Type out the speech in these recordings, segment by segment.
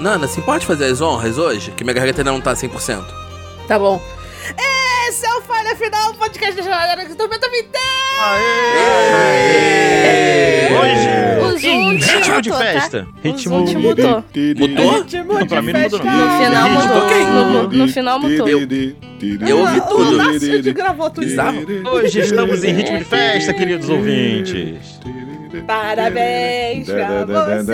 Nana, se pode fazer as honras hoje? Que minha garganta ainda não tá 100%. Tá bom. Esse é o Falha Final, podcast da Geladeira que Tormenta me Hoje! Os Em últimos ritmo de mudou, um tá? festa. Ritmo. Os últimos mudou. Mudou? Não, pra mim não mudou, não. No final Gente, mudou. ok. No, no- no final mudou. Eu ouvi Ah, tudo. O Lácio de gravou tudo. Bizarro. Hoje estamos em ritmo de festa, queridos ouvintes. Parabéns pra você.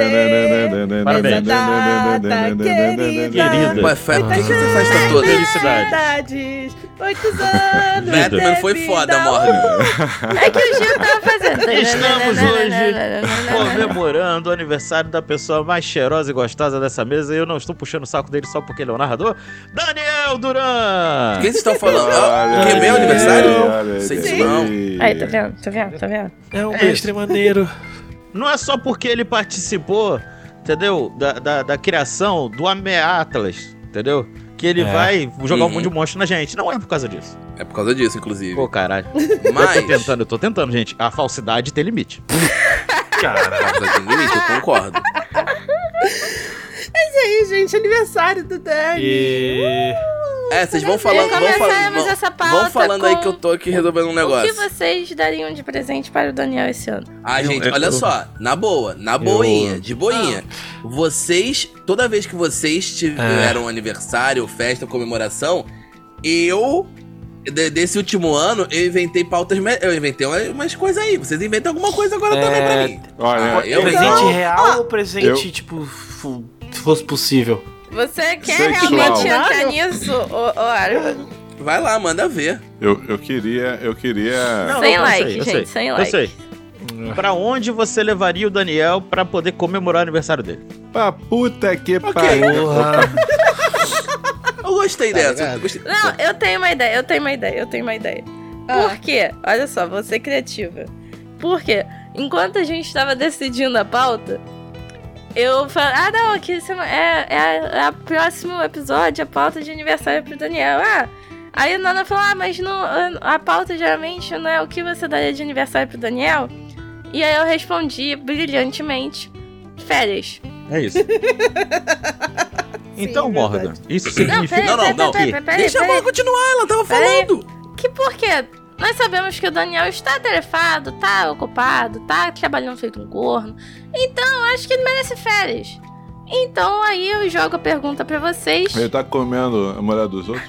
Parabéns. Nessa data Querida. querida. Ué, Fer, por é que, que você faz Ah, tanto toda? feliz. Felicidades. Felicidades. Oitos anos. Batman de é foi foda, vida. Morgan. É que o Gil tava fazendo. Estamos hoje comemorando o aniversário da pessoa mais cheirosa e gostosa dessa mesa. E eu não estou puxando o saco dele só porque ele é o narrador. Daniel O Duran! que vocês estão falando? Ah, que é meu aniversário? Sei disso não. Aí, tá vendo? Tá vendo? Tá vendo? É um mestre maneiro. Não é só porque ele participou, entendeu? Da, da, da criação do Ame Atlas, entendeu? Que ele É. vai jogar um Uhum. monte de monstro na gente. Não é por causa disso. É por causa disso, inclusive. Pô, caralho. Eu tô Mas. tentando, eu tô tentando, gente. A falsidade tem limite. Cara, Mas tem limite, eu concordo. E aí, gente, aniversário do Dani. e... É, vocês vão Vamos falando, vão falando, começarmos vão, essa pauta vão falando aí com que eu tô aqui resolvendo um O que negócio. vocês dariam de presente para o Daniel esse ano? Ah, Eu- gente, eu- olha eu- só, na boa, na boinha, de boinha. Ah. Vocês, toda vez que vocês tiveram É. aniversário, festa, comemoração, eu de- desse último ano eu inventei pautas, me- eu inventei umas, umas coisas aí. Vocês inventam alguma coisa agora É, também pra mim. Olha, Ah, eu- presente Então, real ou presente, tipo, fu- se fosse possível? Você quer Sexual. realmente entrar nisso? Ô, ô, Aro? Vai lá, manda ver. eu, eu queria, eu queria. Não, É. sem eu like, sei, eu gente, sei, sem Eu like. sei. É Pra onde você levaria o Daniel pra poder comemorar o aniversário dele? Pra puta que pariu. Porra. Eu gostei dessa. Tá ligado? gostei. Não, eu tenho uma ideia, eu tenho uma ideia, eu tenho uma ideia. Ah. Por quê? Olha só, vou ser criativa. Por quê? Enquanto a gente tava decidindo a pauta, eu falei, ah não, aqui semana, é, é, a- é a próximo episódio, a pauta de aniversário pro Daniel. Ah, aí a Nana falou, ah, mas não, a a pauta geralmente não é o que você daria de aniversário pro Daniel? E aí eu respondi brilhantemente, férias. É isso. então, Sim, Morgan, verdade. isso significa é Não, não, não. que Deixa ela continuar, ela tava Peraí. falando. Que por quê? Nós sabemos que o Daniel está telefado, tá ocupado, tá trabalhando feito um corno. Então, acho que ele merece férias. Então, aí eu jogo a pergunta pra vocês. Ele tá comendo a mulher dos outros?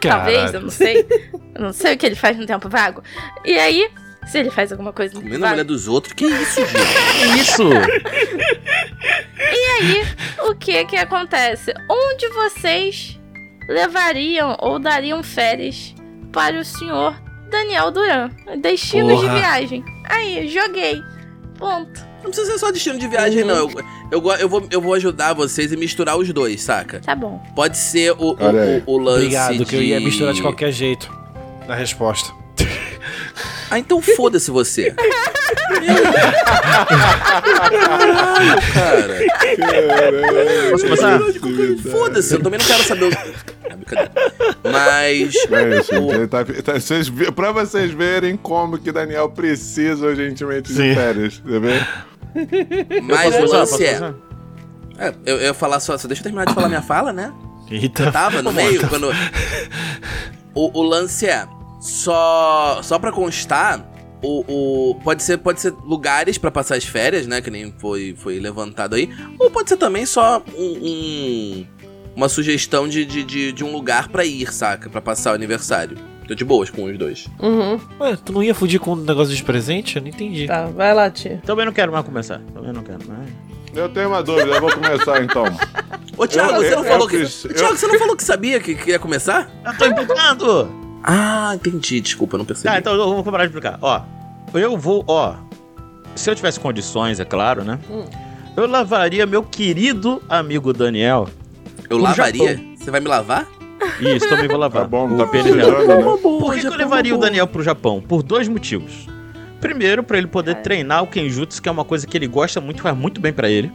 Talvez, Caralho. eu não sei. Eu não sei o que ele faz no tempo vago. E aí, se ele faz alguma coisa no tempo Comendo a mulher vago. dos outros, que isso, gente? isso? E aí, o que que acontece? Onde vocês levariam ou dariam férias para o senhor Daniel Duran? Destinos Porra. de viagem. Aí, joguei. Ponto. Não precisa ser só destino de viagem, não. Eu, eu, go- eu vou, eu vou ajudar vocês e misturar os dois, saca? Tá bom. Pode ser o, o, Olha aí. o- o lance. Obrigado, que eu ia de- misturar de qualquer jeito. Na resposta. Ah, então foda-se você. Caralho, cara. Posso começar? Foda-se, eu também não quero saber o. É, brincadeira. Mas. É isso, gente. Ele tá- tá- vocês vê- pra vocês verem como que Daniel precisa urgentemente de Sim. férias, tá vendo? Mas o Posso lance é. usar? é, eu, eu ia falar só, só. Deixa eu terminar de falar minha fala, né? Eita. tava no meio quando. O, o lance é. Só, só pra constar, o, o- pode, ser, pode ser lugares pra passar as férias, né? Que nem foi, foi levantado aí. Ou pode ser também só um, um- uma sugestão de, de, de, de um lugar pra ir, saca? Pra passar o aniversário. Tô de boas com os dois. Uhum. Ué, tu não ia fugir com um negócio de presente? Eu não entendi. Tá, vai lá, tia. Também Então, não quero mais começar. Também não quero mais. Eu tenho uma dúvida, eu vou começar então. Ô, Thiago, Eu- você eu- não eu falou que. fiz- eu- Thiago, você não falou que sabia que, que ia começar? Eu tô implicando! Ah, entendi. Desculpa, não percebi. Ah, Tá, então eu vou parar de explicar. Ó, eu vou, ó. Se eu tivesse condições, é claro, né? Hum. Eu lavaria meu querido amigo Daniel. eu no lavaria? Japão. Você vai me lavar? Isso, também vou lavar. Tá bom, O tá pênis dela. precisando, né? Por que, que eu levaria o Daniel pro Japão? Por dois motivos. Primeiro, pra ele poder É. treinar o Kenjutsu, que é uma coisa que ele gosta muito, faz muito bem pra ele.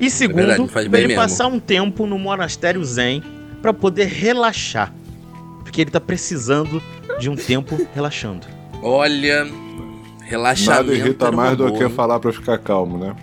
E segundo, É verdade, faz pra bem ele mesmo. passar um tempo no monastério Zen pra poder relaxar. Porque ele tá precisando de um tempo relaxando. Olha, Relaxamento. Nada irrita era uma mais do boa, que né? falar pra ficar calmo, né?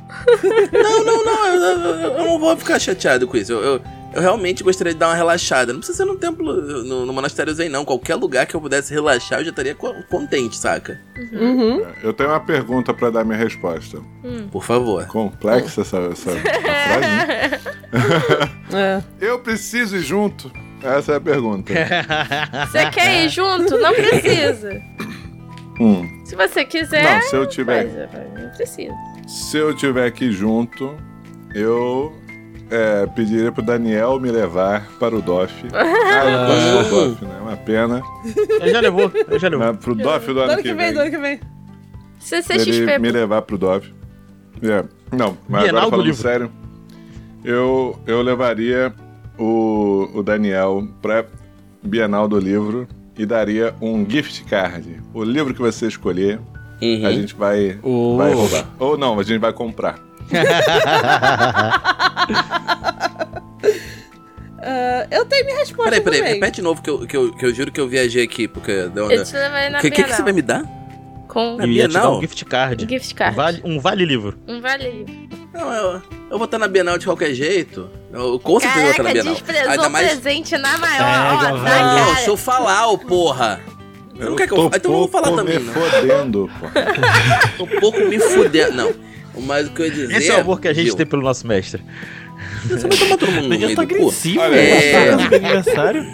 Não, não, não. Eu, eu- eu não vou ficar chateado com isso. Eu, eu, eu realmente gostaria de dar uma relaxada. Não precisa ser num templo, no, no monastério zen, não. Qualquer lugar que eu pudesse relaxar, eu já estaria co- contente, saca? Uhum. Eu tenho uma pergunta pra dar minha resposta. Hum. Por favor. Complexa essa, essa, essa frase. né? É. Eu preciso ir junto? Essa é a pergunta. Você quer ir junto? Não precisa. Hum. Se você quiser, Não, se eu tiver, faz, vai, não precisa. se eu tiver aqui junto, eu é, pediria pro Daniel me levar para o DOF. Ah, eu não sou o DOF, né? Uma pena. Ele já levou, ele já levou. Mas pro DOF do Do ano ano que vem. do ano que vem. Se você Ele me XP. levar pro DOF. É, Não, mas Bienal do agora falando livro. sério, eu, eu levaria o, o Daniel pra Bienal do livro e daria um gift card. O livro que você escolher, a Uhum. gente vai, Oh. vai roubar. Ou não, a gente vai comprar. Ah, eu tenho minha resposta Peraí, peraí, também. repete de novo que eu, que, eu, que eu juro que eu viajei aqui, porque deu Eu né? uma. te levarei na O que, que, que você vai Bienal. me dar? Com Na E ia te dar Bienal? um gift card. gift Um card. vale, um vale livro. Um vale livre. Não, eu, eu vou estar na Bienal de qualquer jeito. Eu, com certeza eu vou estar na Caraca, Bienal. Ainda desprezou o mais. presente na Pega, maior. Ó, vai. Não, dá deixa eu falar, ô porra. Você não quer que eu tô fale? Então eu vou pouco falar também, me não. fodendo, pô. Tô um pouco me fudendo. Não. Mas o que eu ia dizer. Esse é o amor que a gente Gil, tem pelo nosso mestre. Você vai tomar todo mundo no Daniel meio tá do cu. agressivo, Olha, ele tá é. na casa do aniversário.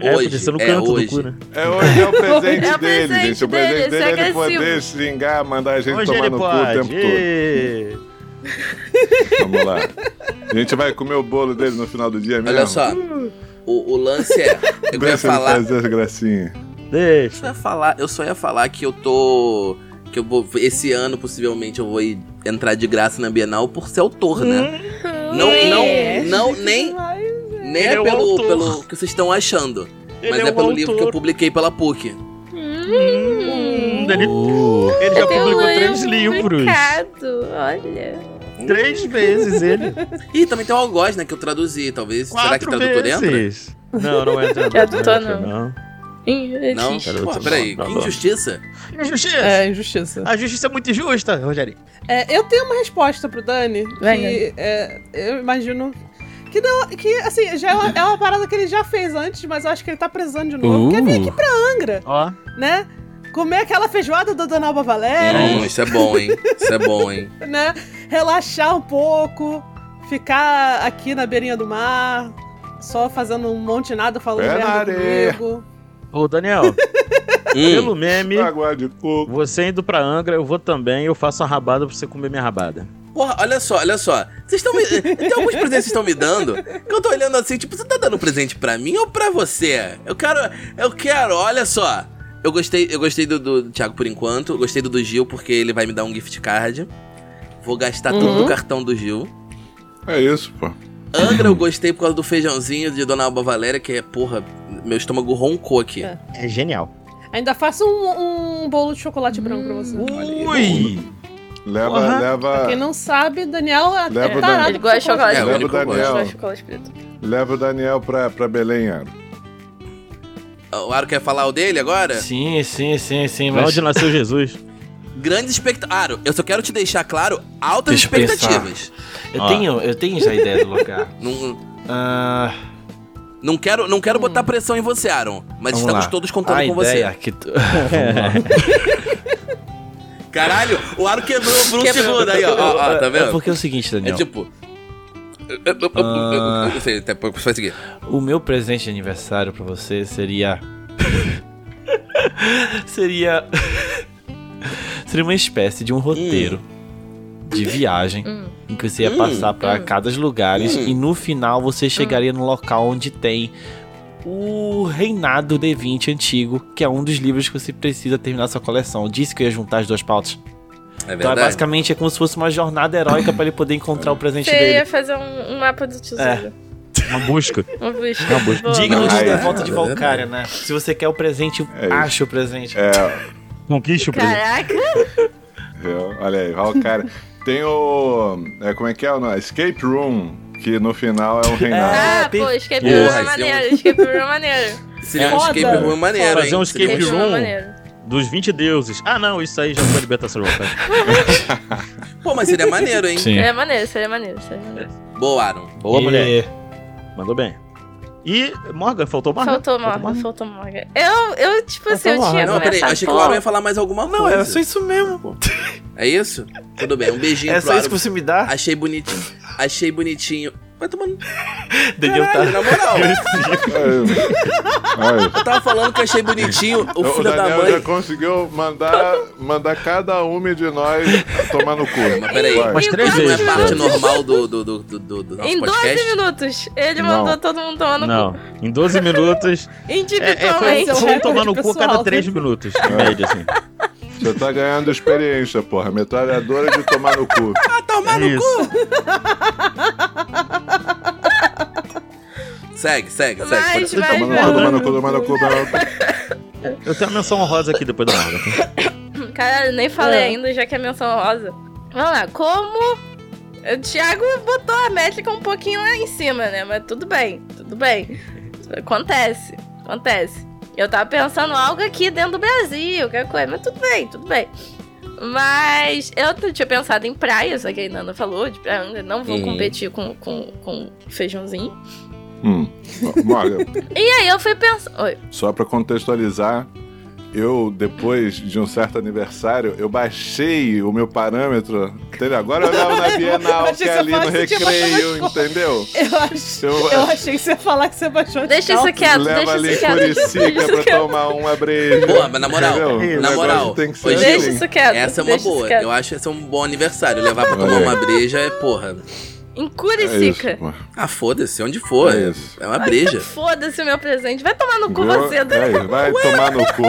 É, Hoje, podia ser no é canto hoje. do cu, né? É, hoje é o presente É o dele, presente gente. O dele, presente dele isso é é ele agressivo. poder xingar, mandar a gente Hoje tomar ele no pode. cu o tempo todo. Ê. Vamos lá. A gente vai comer o bolo dele no final do dia né, mesmo. Olha só. O, o lance é. Eu ia Deixa ele falar. fazer as gracinhas. Eu Deixa. só ia falar, eu só ia falar que eu tô. Que eu vou. Esse ano, possivelmente, eu vou ir- entrar de graça na Bienal por ser autor, né? Não, É. não, não, nem, Mas- nem Hum, Ele é é o pelo, autor. pelo que vocês estão achando. mas é, um pelo autor. livro que eu publiquei pela PUC. Hum, Ele, ele já Eu tenho um publicou é três livro livros. publicado, Olha. Três vezes ele. E também tem o Algoz, né? Que eu traduzi, talvez. Será que tá Quatro tradutor entra? vezes. Não, não entra. Tradutor não. não. Ih, tá Não? existe. Pô, peraí, Não, que não. injustiça. Injustiça. É, injustiça. A justiça é muito injusta, Rogério. É, eu tenho uma resposta pro Dani, Vai, que é, eu imagino que, deu- que assim, já é uma, é uma parada que ele já fez antes, mas eu acho que ele tá prezando de novo. Uh. Quer vir aqui pra Angra, Ó. Uh. né? Comer aquela feijoada da Dona Alba Valéria, Não, isso é bom, hein? Isso é bom, hein? né? Relaxar um pouco, ficar aqui na beirinha do mar, só fazendo um monte de nada, falando Pé na merda areia. comigo. Ô, Daniel, Hum, pelo meme, Água de coco. você indo pra Angra, eu vou também, eu faço uma rabada pra você comer minha rabada. porra, olha só, olha só. Vocês estão me. Tem alguns presentes que vocês estão me dando que eu tô olhando assim, tipo, você tá dando presente pra mim ou pra você? Eu quero. Eu quero, olha só. Eu gostei, eu gostei do, do Thiago por enquanto, eu gostei do do Gil, porque ele vai me dar um gift card. Vou gastar tudo Uhum. do cartão do Gil. É isso, pô. Angra eu gostei por causa do feijãozinho de Dona Alba Valéria, que é, porra, meu estômago roncou aqui. É. É genial. Ainda faço um, um bolo de chocolate branco pra você. Ui! Leva, Porra. leva, Quem não sabe, Daniel é, Tá Leva é o tarado. Dani. Ele gosta de chocolate É, o preto. único leva que eu gosto. o Ele gosta Daniel, de chocolate preto. leva o Daniel pra, pra Belém, Aro. O Aro quer falar o dele agora? Sim, sim, sim, sim, Lá mas... onde nasceu Jesus. Grandes expectativas. Aro, eu só quero te deixar claro altas Deixa eu expectativas. Eu Ó. tenho, eu tenho já a ideia do lugar. Não, Ah, não quero, não quero botar pressão em você, Aaron. Mas vamos estamos lá. todos contando a com Ah, ideia é Que tu- Vamos lá. você. Caralho, o Aro quebrou por um segundo aí, ó. ó, ó, tá É vendo? porque é o seguinte, É Daniel. tipo. Eu- eu- eu- eu- Eu sei, até pouco. Vai seguir. É O meu presente de aniversário pra você seria. seria. seria uma espécie de um roteiro de viagem Hum. em que você ia Hum. passar pra Hum. cada lugares Hum. e no final você chegaria no local onde tem o Reinado D20 antigo, que é um dos livros que você precisa terminar sua coleção. Eu disse que eu ia juntar as duas pautas. É Então, é, verdade. basicamente é como se fosse uma jornada heróica pra ele poder encontrar o presente Você dele. ia fazer um, um mapa do tesouro. Uma busca. Um busca. Uma busca. Boa, Digno boa. de Ah, é. da volta de Valkyria, né? Se você quer o presente, É isso. acha o presente. É, Conquiste o presente. Caraca, eu- olha aí, olha o cara. Tem o. É, como é que é o nome? Escape Room, que no final é um reinado. ah, per- pô, escape Porra, room esse é é um- maneiro, escape room é maneiro. Seria um Foda. escape room maneiro, Fazer hein? um escape Seria- Escape room é room. maneiro. Dos 20 deuses. Ah, não, isso aí já foi libertação de vontade. Pô, mas seria maneiro, hein? Sim. Seria É maneiro, seria maneiro, seria maneiro. Boa, Aaron. Boa, E- mulher. Mandou bem. E Morgan, faltou Morgan? Faltou Morgan, faltou Morgan. Eu, eu tipo assim, eu Faltou tinha Morgan. Não, peraí, começado achei que a o Aaron falar. ia falar mais alguma Não, é coisa. era só isso mesmo. pô. É isso? Tudo bem, um beijinho É pro só isso Aaron. que você me dá? Achei bonitinho. Achei bonitinho. Vai tomando. Daniel tá. Caralho, na moral. Olha, Eu tava falando que achei bonitinho o O filho da Daniel já mãe. conseguiu mandar, mandar cada um de nós tomar no cu. Mas peraí, Vai. Mas três isso não é vezes. parte normal do, do, do, do, do- do nosso Em 12 podcast? minutos, ele Não. mandou todo mundo tomando cu. Não, em 12 minutos. É, é, foi Individualmente. Esse é o foi um recorde tomando cu a cada pessoal, 3 minutos, em média, assim. Você tá ganhando experiência, porra. Metralhadora de tomar no cu. Isso. Segue, segue, Mas, segue. mas, Tomar no cu, mas- tomar no cu, tomar no cu. tomar no cu. Eu tenho uma menção honrosa aqui depois da Morgan. É. Caralho, nem falei Ah. É. ainda, já que é menção rosa. Vamos lá, como. O Thiago botou a métrica um pouquinho lá em cima, né? Mas tudo bem, tudo bem. Acontece, acontece. Eu tava pensando algo aqui dentro do Brasil, qualquer coisa, mas tudo bem, tudo bem. Mas eu t- tinha pensado em praia, só que a Nana falou de praia, eu não vou Uhum. competir com, com, com feijãozinho. Hum. Ó, Morgan, E aí eu fui pensando. Oi. só pra contextualizar, eu, depois de um certo aniversário, eu baixei o meu parâmetro. Entendeu? Agora eu olhava na Bienal, Achei que que é você ali no falou que você tinha recreio, baixado entendeu? Eu, ach... É, Eu- eu achei que você ia falar que você baixou de Deixa calça. isso quieto, Leva deixa ali isso quieto. Deixa Curicica isso pra quieto. tomar uma breja. Pô, mas na moral, Entendeu? na O moral, negócio tem que ser ô, Gil, Deixa assim. isso quieto. Essa é uma deixa isso boa. quieto. Eu acho que esse é um bom aniversário. Levar pra tomar Olha aí. uma breja é porra. Em É Curicica. isso, pô. Ah, foda-se, onde for. É É, isso. é uma breja. Foda-se o meu presente. Vai tomar no cu Viu? É você, tá Dani. Aí, vai tomar no cu.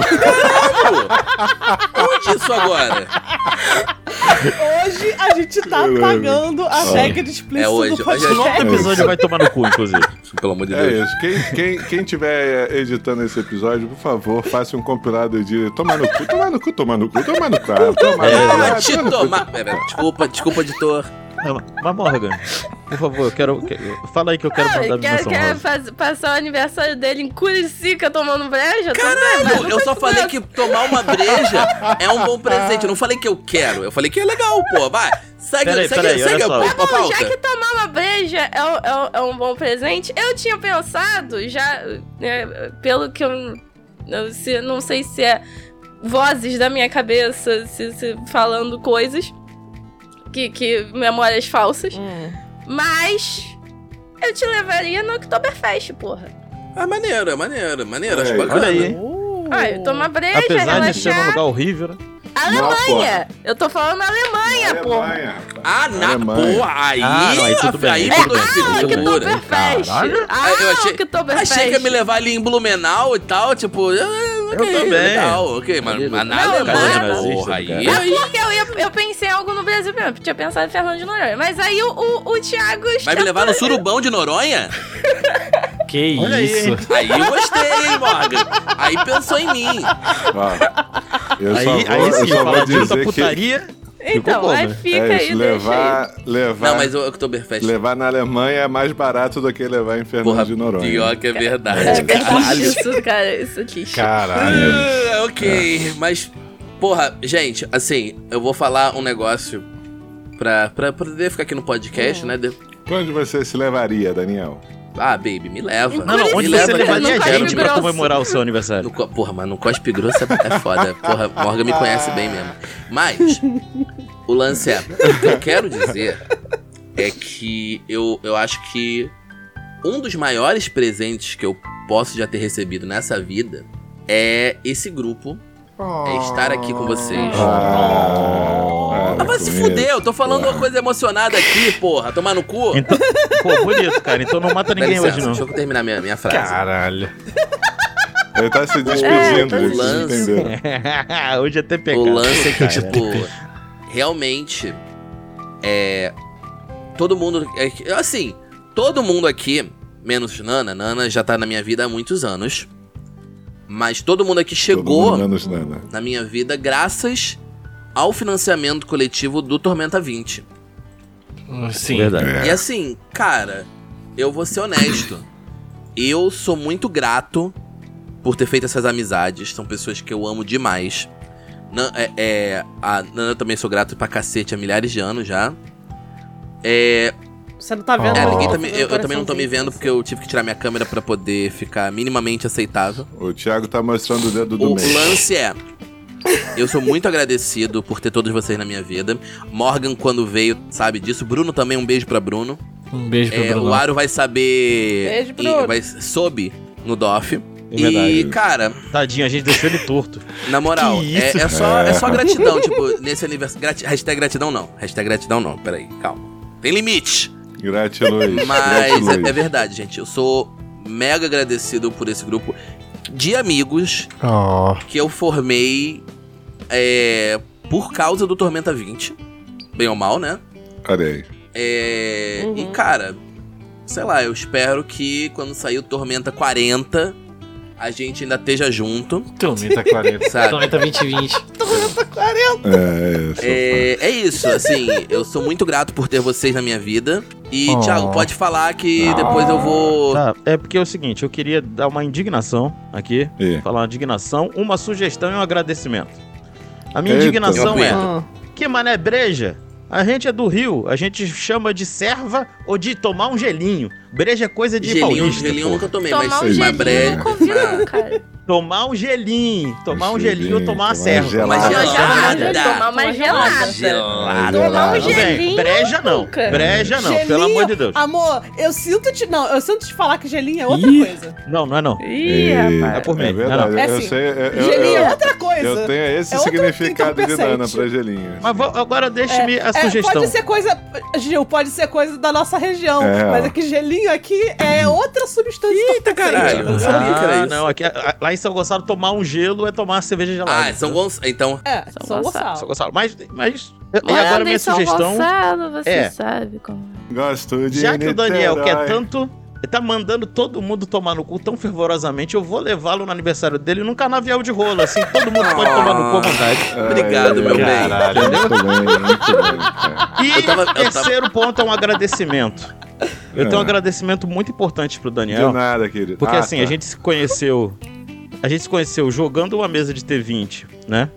Onde isso agora? Hoje a gente tá Caralho. pagando a Sim. regra de É explícito hoje, do hoje O nome podcast. do episódio vai tomar no cu, inclusive. Pelo amor de É Deus. isso. Quem, quem, quem tiver é, editando esse episódio, por favor, faça um compilado de tomar no cu, tomar no cu, tomar no cu, tomar no cu, ah, É, tomar no cu. Ah, ah, te tomar no cu. tomar. Pera, Desculpa, desculpa, editor. Não, Mas Morgan, por favor, eu quero. que- Fala aí que eu quero Ah, mandar minha Quer, menção quer honrosa. faz- passar o aniversário dele em Curicica tomando breja? Caralho, eu só falei que tomar uma breja é um bom presente. Eu não falei que eu quero. Eu falei que é legal, pô. Vai. Segue, Peraí, segue, peraí, segue olha a, só. a, Tá Bom, pauta. já é que tomar uma breja é, um- é um- é um bom presente, eu tinha pensado, já. é, pelo que eu. eu se- não sei se é vozes da minha cabeça, se, se falando coisas. Que, que memórias falsas. tá- Hum. Mas eu te levaria no Oktoberfest, porra. Ah, maneiro, é maneiro, é maneiro. Acho Olha aí, bacana. Olha aí. Uh. Ah, Ai, tomar breja, Apesar de ser um relaxar. lugar horrível, né? Alemanha! Eu tô falando Alemanha, porra! Alemanha, rapaz. Ah, na Alemanha. boa, aí. Ah, não, aí tudo bem, Aí tudo mudou de bem, Ah, tudo bem. figura. Oktoberfest! Caralho. Ah, Eu achei- Oktoberfest! Achei que ia me levar ali em Blumenau e tal, tipo. ah, ok, também. Legal, ok, mas, mas na Não, Alemanha, cara nazista do porra, aí. caralho. aí- É Porque eu, ia, eu pensei em algo no Brasil mesmo, tinha pensado em Fernando de Noronha. Mas aí o, o, o Thiago. Vai me levar no surubão de Noronha? Que Olha aí, isso? hein? Aí eu gostei, hein, Morgan? Aí pensou em mim. Ó, eu Aí, só aí vou, eu sim, só vou falar disso da dizer que putaria. Então, bom, aí né? fica é aí, isso, deixa aí. levar, levar, Não, mas o Oktoberfest. levar na Alemanha é mais barato do que levar em Fernando Porra, de Noronha. pior que é É verdade. verdade, Caralho. isso, cara, isso aqui. é Caralho. Ah, ok, mas. Porra, gente, assim, eu vou falar um negócio pra, pra poder ficar aqui no podcast, né? de- Pra onde você se levaria, Daniel? Ah, baby, me leva. Não, não, tá onde me você leva, cara. levaria a Cospe gente é pra grosso. comemorar o seu aniversário? No co- porra, mas no cospe grosso é é foda. Porra, Morgan me conhece bem mesmo. Mas, o lance é. O que eu quero dizer é que eu, eu acho que um dos maiores presentes que eu posso já ter recebido nessa vida é esse grupo. É estar aqui com vocês. Ah, Ah, vai se fuder, eu tô falando uma coisa emocionada aqui, porra. Tomar no cu. Então, pô, bonito, cara. Então não mata Dá ninguém licença, hoje, não. deixa eu terminar minha, minha frase. Caralho. Ele tá se É, despedindo, tá gente, vocês lance. entenderam? hoje é até pecado. o lance é que, Cara. tipo, realmente, é. Todo mundo. é- assim, todo mundo aqui, menos Nana, Nana já tá na minha vida há muitos anos. Mas todo mundo aqui Todo chegou mundo né? menos Nana. na minha vida graças ao financiamento coletivo do Tormenta 20. Hum, Sim. Verdade. É. E assim, cara, eu vou ser honesto. Eu sou muito grato por ter feito essas amizades. São pessoas que eu amo demais. Nan, é, é, a Nana eu também sou grato pra cacete há milhares de anos já. É, Você não tá vendo? é, mas ninguém tô tá me- fazendo eu, eu também não tô me coraçãozinho. vendo porque eu tive que tirar minha câmera pra poder ficar minimamente aceitável. O Thiago tá mostrando o dedo do O meio. lance é. Eu sou muito agradecido por ter todos vocês na minha vida. Morgan, quando veio, sabe disso. Bruno também, um beijo pra Bruno. Um beijo pro É, Bruno. o Aro vai saber. Beijo, e- Bruno. vai, soube no DOF. É e, verdade. cara, Tadinho, a gente deixou ele torto. na moral, Que é, isso? é só, é. É. só gratidão. tipo, nesse aniversário. Grati... Hashtag gratidão não. Hashtag gratidão não. Peraí, calma. Tem limite. Gratiluz. Mas gratiluz. é, é verdade, gente. Eu sou mega agradecido por esse grupo de amigos Ó. que eu formei é, por causa do Tormenta 20. Bem ou mal, né? Olha aí. É, Uhum. E, cara, sei lá, eu espero que quando sair o Tormenta 40, a gente ainda esteja junto, Tormenta 40. sabe? Tormenta 2020. É, isso. É, é isso, assim, eu sou muito grato por ter vocês na minha vida. E, Oh. Thiago, pode falar que Ah. depois eu vou. Tá, é porque é o seguinte, eu queria dar uma indignação aqui. E, Falar uma indignação, uma sugestão e um agradecimento. A minha Eita. indignação Eu é, aguento. Ah. que mané breja? A gente é do Rio, a gente chama de serva ou de tomar um gelinho. Breja é coisa de Gelinho, paulista, gelinho eu pô. nunca tomei, Tomar mas um mas gelinho breve. eu não convido, Ah. não, cara. Tomar um gelinho, tomar um Gelinho, gelinho ou tomar uma tomar serva. gelada. Mas Uma gelada, gelada. tomar uma Gelado. gelada. Tomar um Gelado. Tudo bem, gelinho breja não, nunca. breja não, pelo Gelinho, amor de Deus. Amor, eu sinto te. Não, eu sinto te falar que gelinho é outra Ih. coisa. Não, não é não. Ih, e- rapaz. É por mim. É verdade. Não, não. É eu assim, sei. Eu, eu- gelinho eu- é outra coisa. eu tenho esse É outro significado de entorpecente. Nana pra gelinho. Mas vou- agora deixe-me a É, sugestão. Pode ser coisa. Gil, pode ser coisa da nossa região. É. Mas é que gelinho aqui é outra substância. Eita, caralho. Eu não sabia que era Ah, isso. não, aqui, a- lá em São Gonçalo, tomar um gelo é tomar cerveja gelada. Ah, São Gonçalo. Então, É, São São Gonçalo. Gonçalo. São Gonçalo. Mas, mas e Morando agora em minha São sugestão, Gonçalo, você é. sabe como. Gosto de. já que o Daniel Niterói. quer tanto, tá mandando todo mundo tomar no cu tão fervorosamente, eu vou levá-lo no aniversário dele num canavial de rolo, assim, todo mundo pode Ah. tomar no cu à vontade. Ai, Obrigado, meu bem. Caralho, É, muito bem, muito bem. cara. E Eu tava- eu tava- terceiro ponto é um agradecimento. Eu tenho um É. agradecimento muito importante pro De Daniel. nada, querido. Porque Ah, assim, a tá. gente se conheceu. A gente se conheceu jogando uma mesa de T20, né?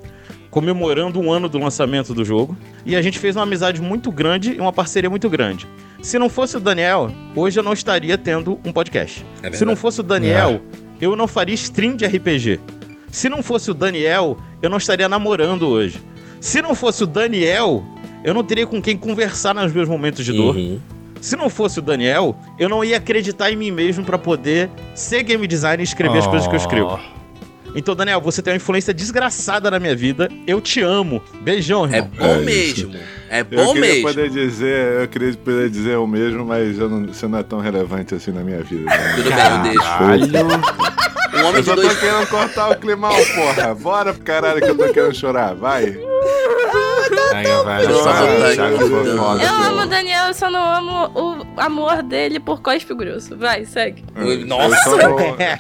Comemorando um ano do lançamento do jogo. E a gente fez uma amizade muito grande e uma parceria muito grande. Se não fosse o Daniel, hoje eu não estaria tendo um podcast. É se não fosse o Daniel, Ah. eu não faria stream de RPG. Se não fosse o Daniel, eu não estaria namorando hoje. Se não fosse o Daniel, eu não teria com quem conversar nos meus momentos de dor. Uhum. Se não fosse o Daniel, eu não ia acreditar em mim mesmo pra poder ser game designer e escrever as coisas que eu escrevo. Oh. Então, Daniel, você tem uma influência desgraçada na minha vida. Eu te amo. Beijão, É irmão. bom É isso. mesmo. É Eu bom queria mesmo. poder dizer, eu queria poder dizer o mesmo, mas eu não, você não é tão relevante assim na minha vida. né? Tudo bem, eu deixo. Um homem Eu de só tô dois. querendo cortar o climão, porra. Bora pro caralho que eu tô querendo chorar, vai. Eu só vou Ah, tá Thiago aqui, foi então. foda, é. Eu amo o pô. É. Daniel, eu só não amo o amor dele por cospe grosso. Vai, segue. Ui, Eu nossa! só vou- É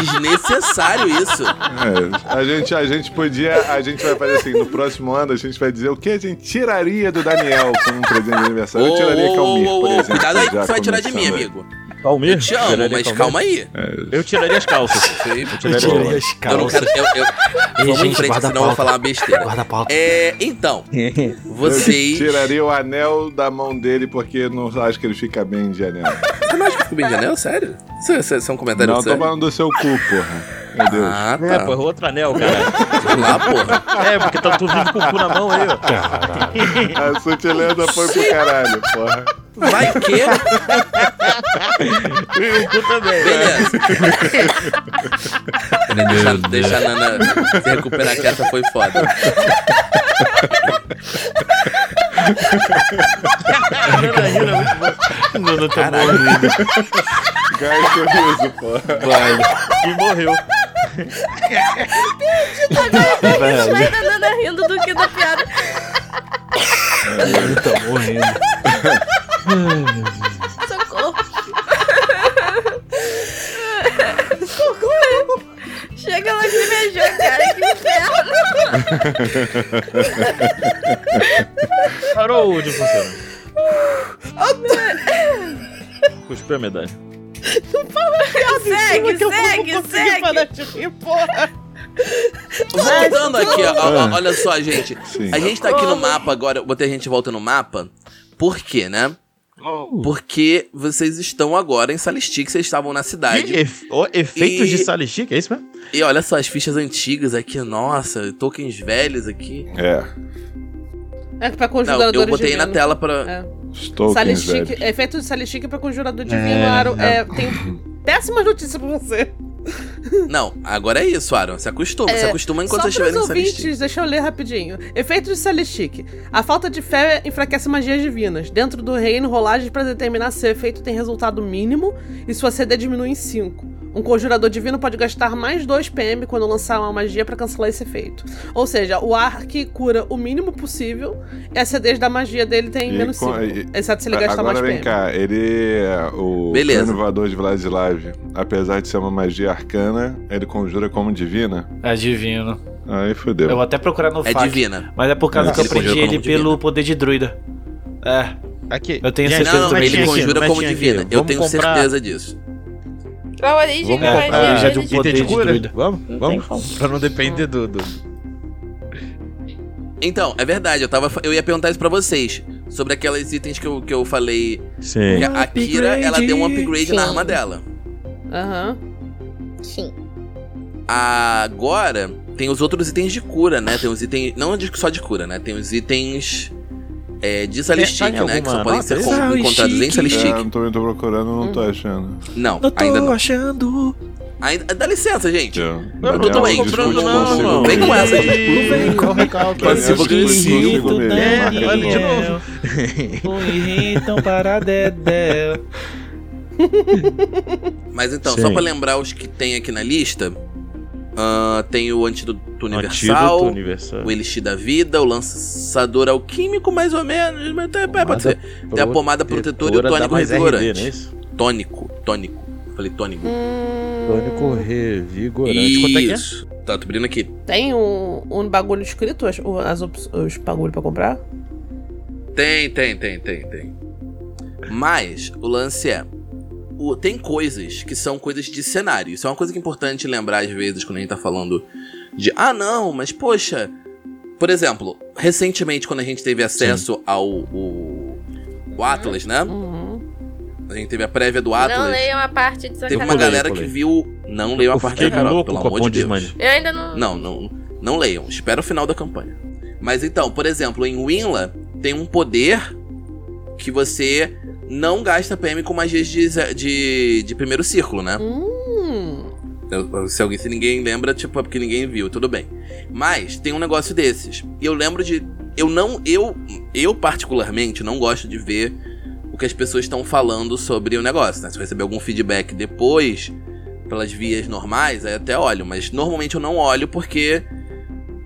Desnecessário isso. É, a, gente, a gente podia. A gente vai fazer assim, no próximo ano a gente vai dizer o que a gente tiraria do Daniel como um presente de aniversário. Eu tiraria Calmir, por exemplo. cuidado aí que já você vai tirar de começando. mim, amigo. Calmir. Eu te amo, mas calma aí. Eu tiraria as calças. Eu Eu Pera aí, tirei boa. as não calças. quero. Eu, eu, vamos em gente, frente, guarda senão eu vou a pauta. falar uma besteira. Guarda a pauta. É, então, Eu vocês. Tiraria o anel da mão dele porque não acho que ele fica bem de anel. Você não acha que eu fico bem de anel? Sério? Isso, isso, isso é um comentário Não, tô sério? falando do seu cu, porra. Meu Deus. Ah, tá. É, pô, errou outro anel, cara. Sei lá, porra. É, porque tá tudo vivo com o cu na mão aí, ó. Caralho. A sutileza foi pro caralho, porra. Vai o quê? E o cu também. né, Beleza. Peraí, deixa, deixa a Nana se recuperar que essa foi foda. Nana tá Caralho. morrendo. Gasto riso, porra. E morreu. Eu tô ainda Nana rindo do que da piada. Nana tá morrendo. Socorro. Chega ela lacrimejou, cara, que inferno. Parou o de funcionar. Cuspiu a medalha. segue, que eu não segue, vou conseguir segue. parar de rir, porra. Voltando aqui, ó, ó, ó, olha só, gente. Sim. A gente tá aqui no Como? mapa agora, botei a gente volta no mapa. Por quê, né? Porque vocês estão agora em Salistic, vocês estavam na cidade. Ih, efe- ó, efeitos E- de Salichique, é isso mesmo? E olha só, as fichas antigas aqui, nossa, tokens velhos aqui. É. É pra Não, conjuradores eu botei na divinos. tela É. pra. Estou Salistic, velho. efeito de Salistic pra conjurador divino, Aro. É, tem péssimas notícias pra você. Não, agora é isso, Aaron. Se acostuma, se acostuma enquanto vocês É, Só estiverem pros em Salistic. ouvintes, deixa eu ler rapidinho. Efeito de Salistic. A falta de fé enfraquece magias divinas. Dentro do reino, rolagens pra determinar se o efeito tem resultado mínimo e sua CD diminui em 5. Um conjurador divino pode gastar mais 2 PM quando lançar uma magia pra cancelar esse efeito. Ou seja, o Ark cura o mínimo possível e as CDs da magia dele tem E menos com- 5. e- Exceto se ele gastar mais Agora vem PM. cá, ele é o Beleza. renovador de Vladislav. Apesar de ser uma magia arcana, ele conjura como divina. É divino. Aí Eu fodeu. vou até procurar no É FAQ, divina. Mas é por causa Não, que eu ele aprendi conjura ele como divino. pelo poder de druida. É, Aqui. Eu tenho Gente, certeza Não, não, também ele disso. conjura como divina. Eu tenho certeza disso. A origem Vamos da comprar magia já é de um de- poder Item de de cura? druida. Vamos, tem vamos. Pra não depender do. do... Então, é verdade, eu, tava, fa- eu ia perguntar isso pra vocês. Sobre aqueles itens que eu, que eu falei. Sim. Que a Akira, ela deu um upgrade na arma dela. Aham. Sim. Agora, tem os outros itens de cura, né? Tem os itens. Não de- só de cura, né? Tem os itens. É, de Salistic, Tem- né? tem que alguma só podem nota ser isso? com- encontrados em Salistic. É, não tô, eu tô procurando, não tô achando. Não, Não tô ainda não. achando. Ainda, dá licença, gente. É. Eu Eu não tô bem, comprando, discute não, consigo irmão. Vem com essa. Vem com é recalque. né? Pode ser Daniel, você. discute consigo mesmo. né? É, Marca olha de aí. novo. Então para Dedéu. Mas então, Sim. só pra lembrar os que tem aqui na lista: ah, tem o Antídoto Universal, Antídoto universal. o Elixir da Vida, o Lançador Alquímico, mais ou menos. Mas até, é, pode ser. Tem a pomada protetora e o protetora dá tônico mais RD, revigorante. não é isso? Tônico, tônico. Falei tônico. Hum. Tônico revigorante. Quanto é que é? Isso. Tá, tô abrindo aqui. Tem um, um bagulho escrito, as, o- as op- os bagulho pra comprar? Tem, tem, tem, tem, tem. Mas o lance é. o- tem coisas que são coisas de cenário. Isso é uma coisa que é importante lembrar às vezes quando a gente tá falando de. Ah, não, mas poxa. Por exemplo, recentemente, quando a gente teve acesso ao. o- o Atlas, né? Uhum. A gente teve a prévia do Não Atlas. leiam a parte de Teve uma Pulei, sacanagem. galera que pulei. viu. Não leiam a Eu parte da fiquei Carol, louco pelo com a amor de ponte de Deus. Mani. Eu ainda não. Não, não, não leiam. Espera o final da campanha. Mas então, por exemplo, em Winla tem um poder que você não gasta PM com magias de, ze- de, de primeiro círculo, né? Hum. Eu- eu- Se, alguém, se ninguém lembra, tipo, é porque ninguém viu, tudo bem. Mas tem um negócio desses. E eu lembro de. Eu não. Eu, eu particularmente, não gosto de ver o que as pessoas estão falando sobre o negócio, né? Se eu receber algum feedback depois, pelas vias normais, aí até olho. Mas normalmente eu não olho porque.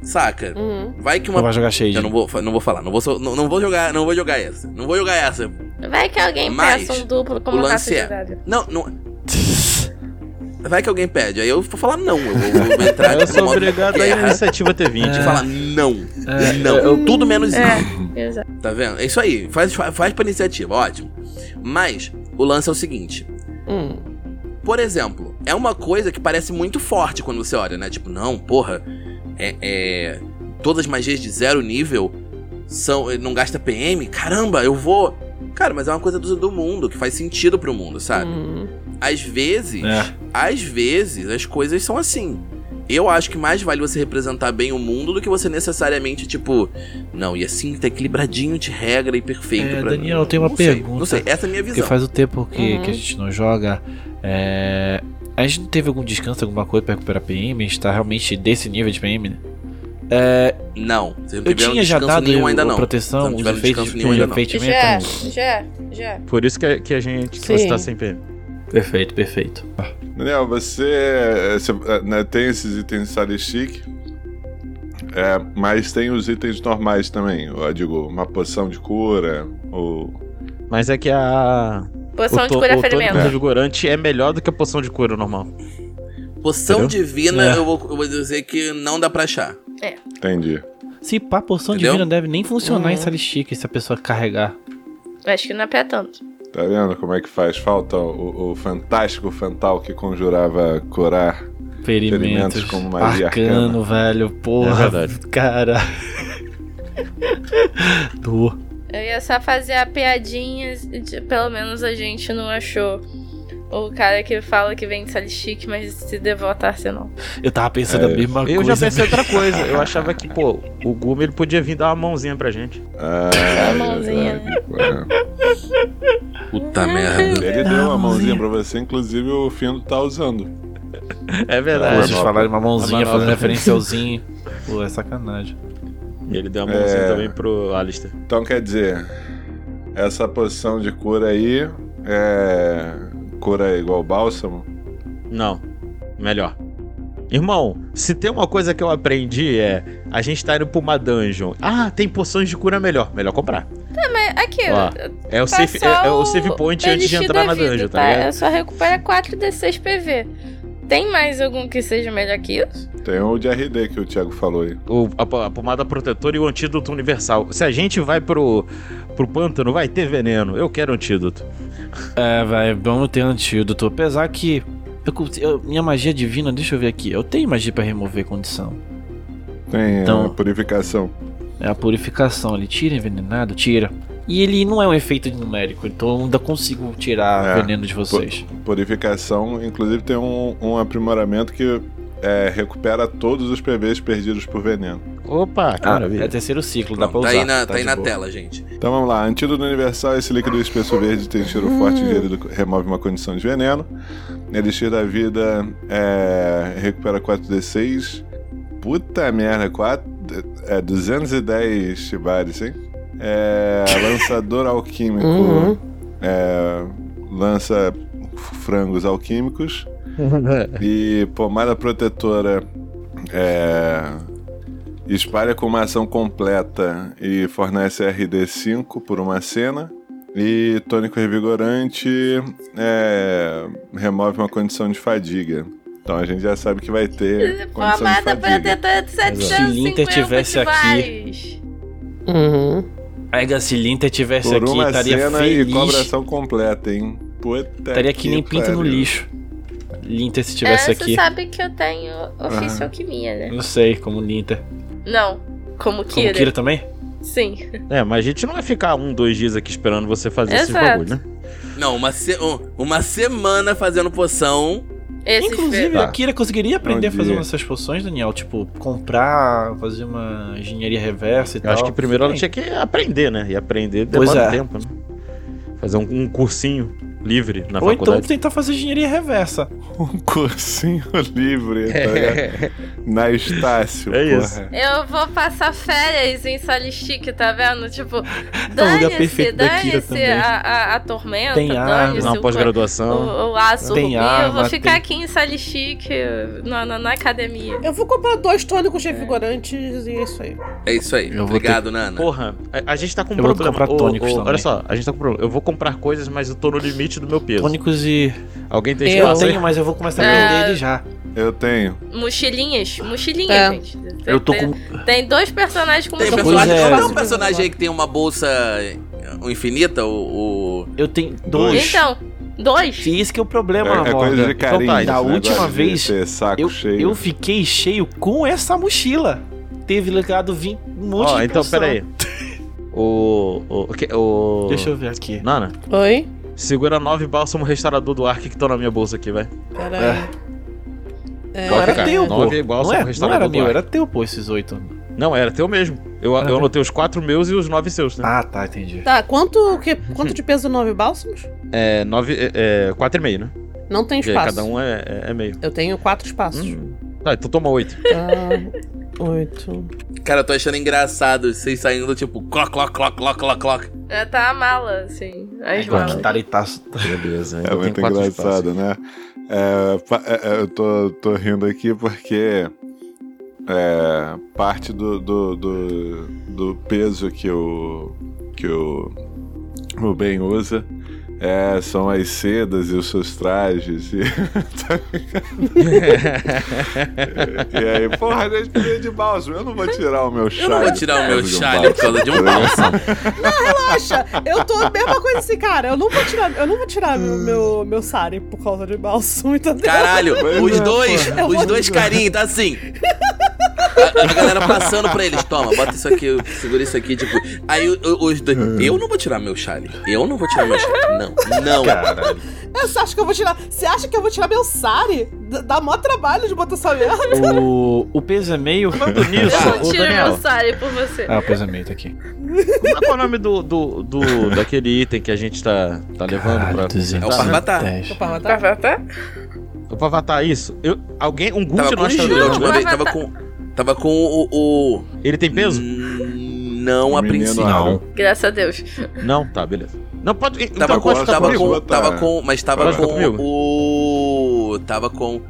Saca? Uhum. Vai que Não vai uma. jogar cheio. Eu não vou, fa- não vou falar, não vou, so- não, não vou jogar, não vou jogar essa. Não vou jogar essa. Vai que alguém Mas, peça um duplo como o lance raça de é- idade. Não, não. Vai que alguém pede. Aí eu vou falar não. Eu vou, vou entrar É, Eu tipo, no sou modo obrigado a guerra. iniciativa T20. gente É. fala não, É, não, tudo menos isso. Exato. Tá vendo? É isso aí, faz, fa- faz pra iniciativa, ótimo. Mas o lance é o seguinte: Hum. por exemplo, é uma coisa que parece muito forte quando você olha, né? Tipo, não, porra, é. é- todas as magias de zero nível são. não gasta PM, caramba, eu vou. Cara, mas é uma coisa do, do mundo, que faz sentido pro mundo, sabe? Hum. Às vezes, É. às vezes, as coisas são assim. Eu acho que mais vale você representar bem o mundo do que você necessariamente, tipo, não, e assim tá equilibradinho de regra e perfeito É, pra Daniel, eu tenho uma não sei, pergunta. Não sei, essa é a minha Porque visão. faz o tempo que, Uhum. que a gente não joga. É, A gente não teve algum descanso, alguma coisa pra recuperar PM? A gente tá realmente desse nível de PM, né? É, Não, vocês não eu tiveram tinha já descanso dado nenhum ainda o- não. proteção, Vocês não os tiveram efeitos então, descanso nenhum ainda não. efeitos Já, mentais. é. já, já. Por isso que, a- que a gente que Sim. você tá sem PM. Perfeito, perfeito. Ah. Daniel, você, você, né, tem esses itens de Salistic, é, mas tem os itens normais também. Eu digo, uma poção de cura, ou Mas é que a. Poção o de to- cura é o tônico ferimento. revigorante é melhor do que a poção de cura normal. Poção Entendeu? divina, É. eu, vou, eu vou dizer que não dá pra achar. entendi. Se pá, poção Entendeu? de vida não deve nem funcionar Uhum. em Salistic se a pessoa carregar. Acho que não é pra tanto. Tá vendo como é que faz falta o, o fantástico Fantal que conjurava curar Experimentos. Experimentos como magia Arcano, velho. É Porra, verdade. cara. Tô. Eu ia só fazer a piadinha, de- pelo menos a gente não achou. O cara que fala que vem de Salichique, mas se devota a Arsenal. Eu tava pensando É, a mesma Eu já coisa. pensei outra coisa. Eu achava que, pô, o Gumi ele podia vir dar uma mãozinha pra gente. Ah, a mãozinha, verdade. Puta merda. Ele deu uma mãozinha pra você, inclusive o Findo tá usando. É Ah, verdade. Vocês falaram uma mãozinha, manobra. fazendo referência ao Zinho. Pô, é sacanagem. E ele deu uma mãozinha É. também pro Alistair. Então quer dizer, essa posição de cura aí é. cura igual bálsamo? Não. Melhor. Irmão, se tem uma coisa que eu aprendi é. A gente tá indo pra uma dungeon. Ah, tem poções de cura melhor. Melhor comprar. Mas aqui, tá Ó, É o, Passar safe, é, é o save point antes de elixir entrar da na vida, dungeon, tá, tá? ligado? Eu só recupero 4 D6 PV. Tem mais algum que seja melhor que isso? Tem o de RD que o Thiago falou aí. O, a, po- a pomada protetora e o antídoto universal. Se a gente vai pro, pro pântano, vai ter veneno. Eu quero antídoto. É, vai, vamos ter antídoto. Apesar que. eu cons- eu- minha magia divina, deixa eu ver aqui. Eu tenho magia pra remover condição. Tem a Então- purificação. É a purificação. Ele tira envenenado? Tira. E ele não é um efeito numérico, então eu ainda consigo tirar É, veneno de vocês. Purificação, inclusive, tem um, um aprimoramento que é, recupera todos os PVs perdidos por veneno. Opa, Ah, cara. é terceiro ciclo, dá pra Tá usar. aí na, tá aí de na boa. tela, gente. Então vamos lá, antídoto universal, esse líquido espesso verde tem cheiro forte e ingerido remove uma condição de veneno. Elixir da vida é, recupera 4d6. Puta merda, 4, é, 210 shibaris, hein? É, lançador alquímico Uhum. é, lança frangos alquímicos. é E pomada protetora é, espalha com uma ação completa e fornece RD5 por uma cena. E tônico revigorante é, remove uma condição de fadiga. Então a gente já sabe que vai ter condição de Formada pra fadiga. tentar de Se Linter 750 tivesse aqui- tivais. Uhum. Ega, se Linter tivesse Por aqui, uma estaria cena e cobra feliz. ação completa, hein? Puta Estaria que nem pinta no pariu. lixo. Linter se tivesse É, aqui. Você sabe que eu tenho ofício Aham. alquimia, né? Não sei, como Linter. Não, como Como Kira. Kira também? Sim. É, mas a gente não vai ficar um, dois dias aqui esperando você fazer esses Exato. bagulho, né? Não, uma, se- um- uma semana fazendo poção. Esse Inclusive, esfero. a Kira conseguiria aprender a Bom fazer dia. uma dessas poções, Daniel? Tipo, comprar, fazer uma engenharia reversa e Eu tal. É. acho que primeiro ela Sim. tinha que aprender, né? E aprender Pois demora é. um tempo, né? Fazer um, um cursinho livre na Ou então faculdade. tentar fazer engenharia reversa. Um cursinho livre, tá É. ligado? Na Estácio, É porra. isso. Eu vou passar férias em Salichique, tá vendo? Tipo, É um lugar dane-se, perfeito da Kira dane-se também. a, a, a tormenta, Tem arma, dane-se Fazer uma o, pós-graduação. o, o aço, Tem rubi. eu arma, vou ficar tem- aqui em Salichique, na, na, na academia. Eu vou comprar dois tônicos revigorantes e é isso aí. É isso aí. Eu vou Obrigado, Nana. Porra, a, a gente tá com um Eu vou problema. comprar Ô, tônicos ô, também. olha só, a gente tá com problema. Eu vou comprar coisas, mas eu tô no limite do meu peso. Tônicos e. Alguém tem Eu, Eu- espaço aí? tenho, Ah, mas eu vou começar a É. vender ele já. Eu tenho. Mochilinhas, mochilinhas, É. gente. Eu tô Tem- com. Tem dois personagens com Tem Pois personagem, é. não tem um personagem aí que tem uma bolsa infinita, o. o- Eu tenho dois. Então, dois? E esse que é o problema, É, é Amanda. coisa de carinho. Então tá, esse da negócio última de vez, ter saco eu, cheio. é eu fiquei cheio com essa mochila. Teve legado vim um monte Ó, de então, poção. peraí. O. O. o que- o- Deixa eu ver aqui. Nana, Oi? segura nove bálsamo restaurador do arco que estão na minha bolsa aqui, vai. Peraí. É. Não, era ficar. teu, pô. Nove igual Não, são é, não restaurador era um do meu, ar. era teu, pô, esses oito. Não, era teu mesmo. Eu, Ah, eu anotei os quatro meus e os nove seus, né? Ah, tá, entendi. Tá, quanto, que, quanto de peso nove bálsamos? É, nove. É, é, quatro e meio, né? Não tem Porque aí espaço. cada um é, é- é meio. Eu tenho quatro espaços. Hum. Tá, então toma oito. Tá, oito. Cara, eu tô achando engraçado vocês saindo tipo clock, clock, clock, clock, clock, clock. É, tá a mala, assim. As Pô, que Tá. malas. taretaço. Beleza, É muito engraçado, né? É, pa- é, é, eu tô, tô rindo aqui porque é, parte do, do, do, do peso que o que o, o Ben usa É, são as sedas e os seus trajes. E, Tá e aí, porra, a gente precisa de bálsamo. Eu não vou tirar o meu chale. Eu não vou tirar o meu chale por causa de um bálsamo. Relaxa, eu tô a mesma coisa assim, cara. Eu não vou tirar, eu não vou tirar meu, meu, meu sari por causa de bálsamo, entendeu? Caralho, Pois os é, dois, porra. os dois carinhos, tá assim. A, a galera passando pra eles, toma, bota isso aqui, segura isso aqui, tipo. Aí o- o- os dois. Eu não vou tirar meu chale. Eu não vou tirar meu chale. Não, não. Caralho. Você acha que eu vou tirar. Você acha que eu vou tirar meu sari? D- Dá mó trabalho de botar essa merda. O, o peso é meio. Falando nisso, Eu não ô tiro Daniel, meu sari por você. Ah, o peso é meio, tá aqui. qual é o nome do, do, do- daquele item que a gente tá, tá levando pra. É o Parvatá. Opa, tá. Tá, tá, tá. Eu vou avatar isso. Eu, alguém, um Tava Gucci com nós tá giro da Não, última mas vez, vai- tava com. Tava com o. o- Ele tem peso? Hum, Não, a Menino princípio. Aaron. Graças a Deus. Não, tá, beleza. Não, pode. então Tava pode com, gosto ficar tava comigo, com, vou botar. tava com, mas tava Agora com fica comigo. o, tava com,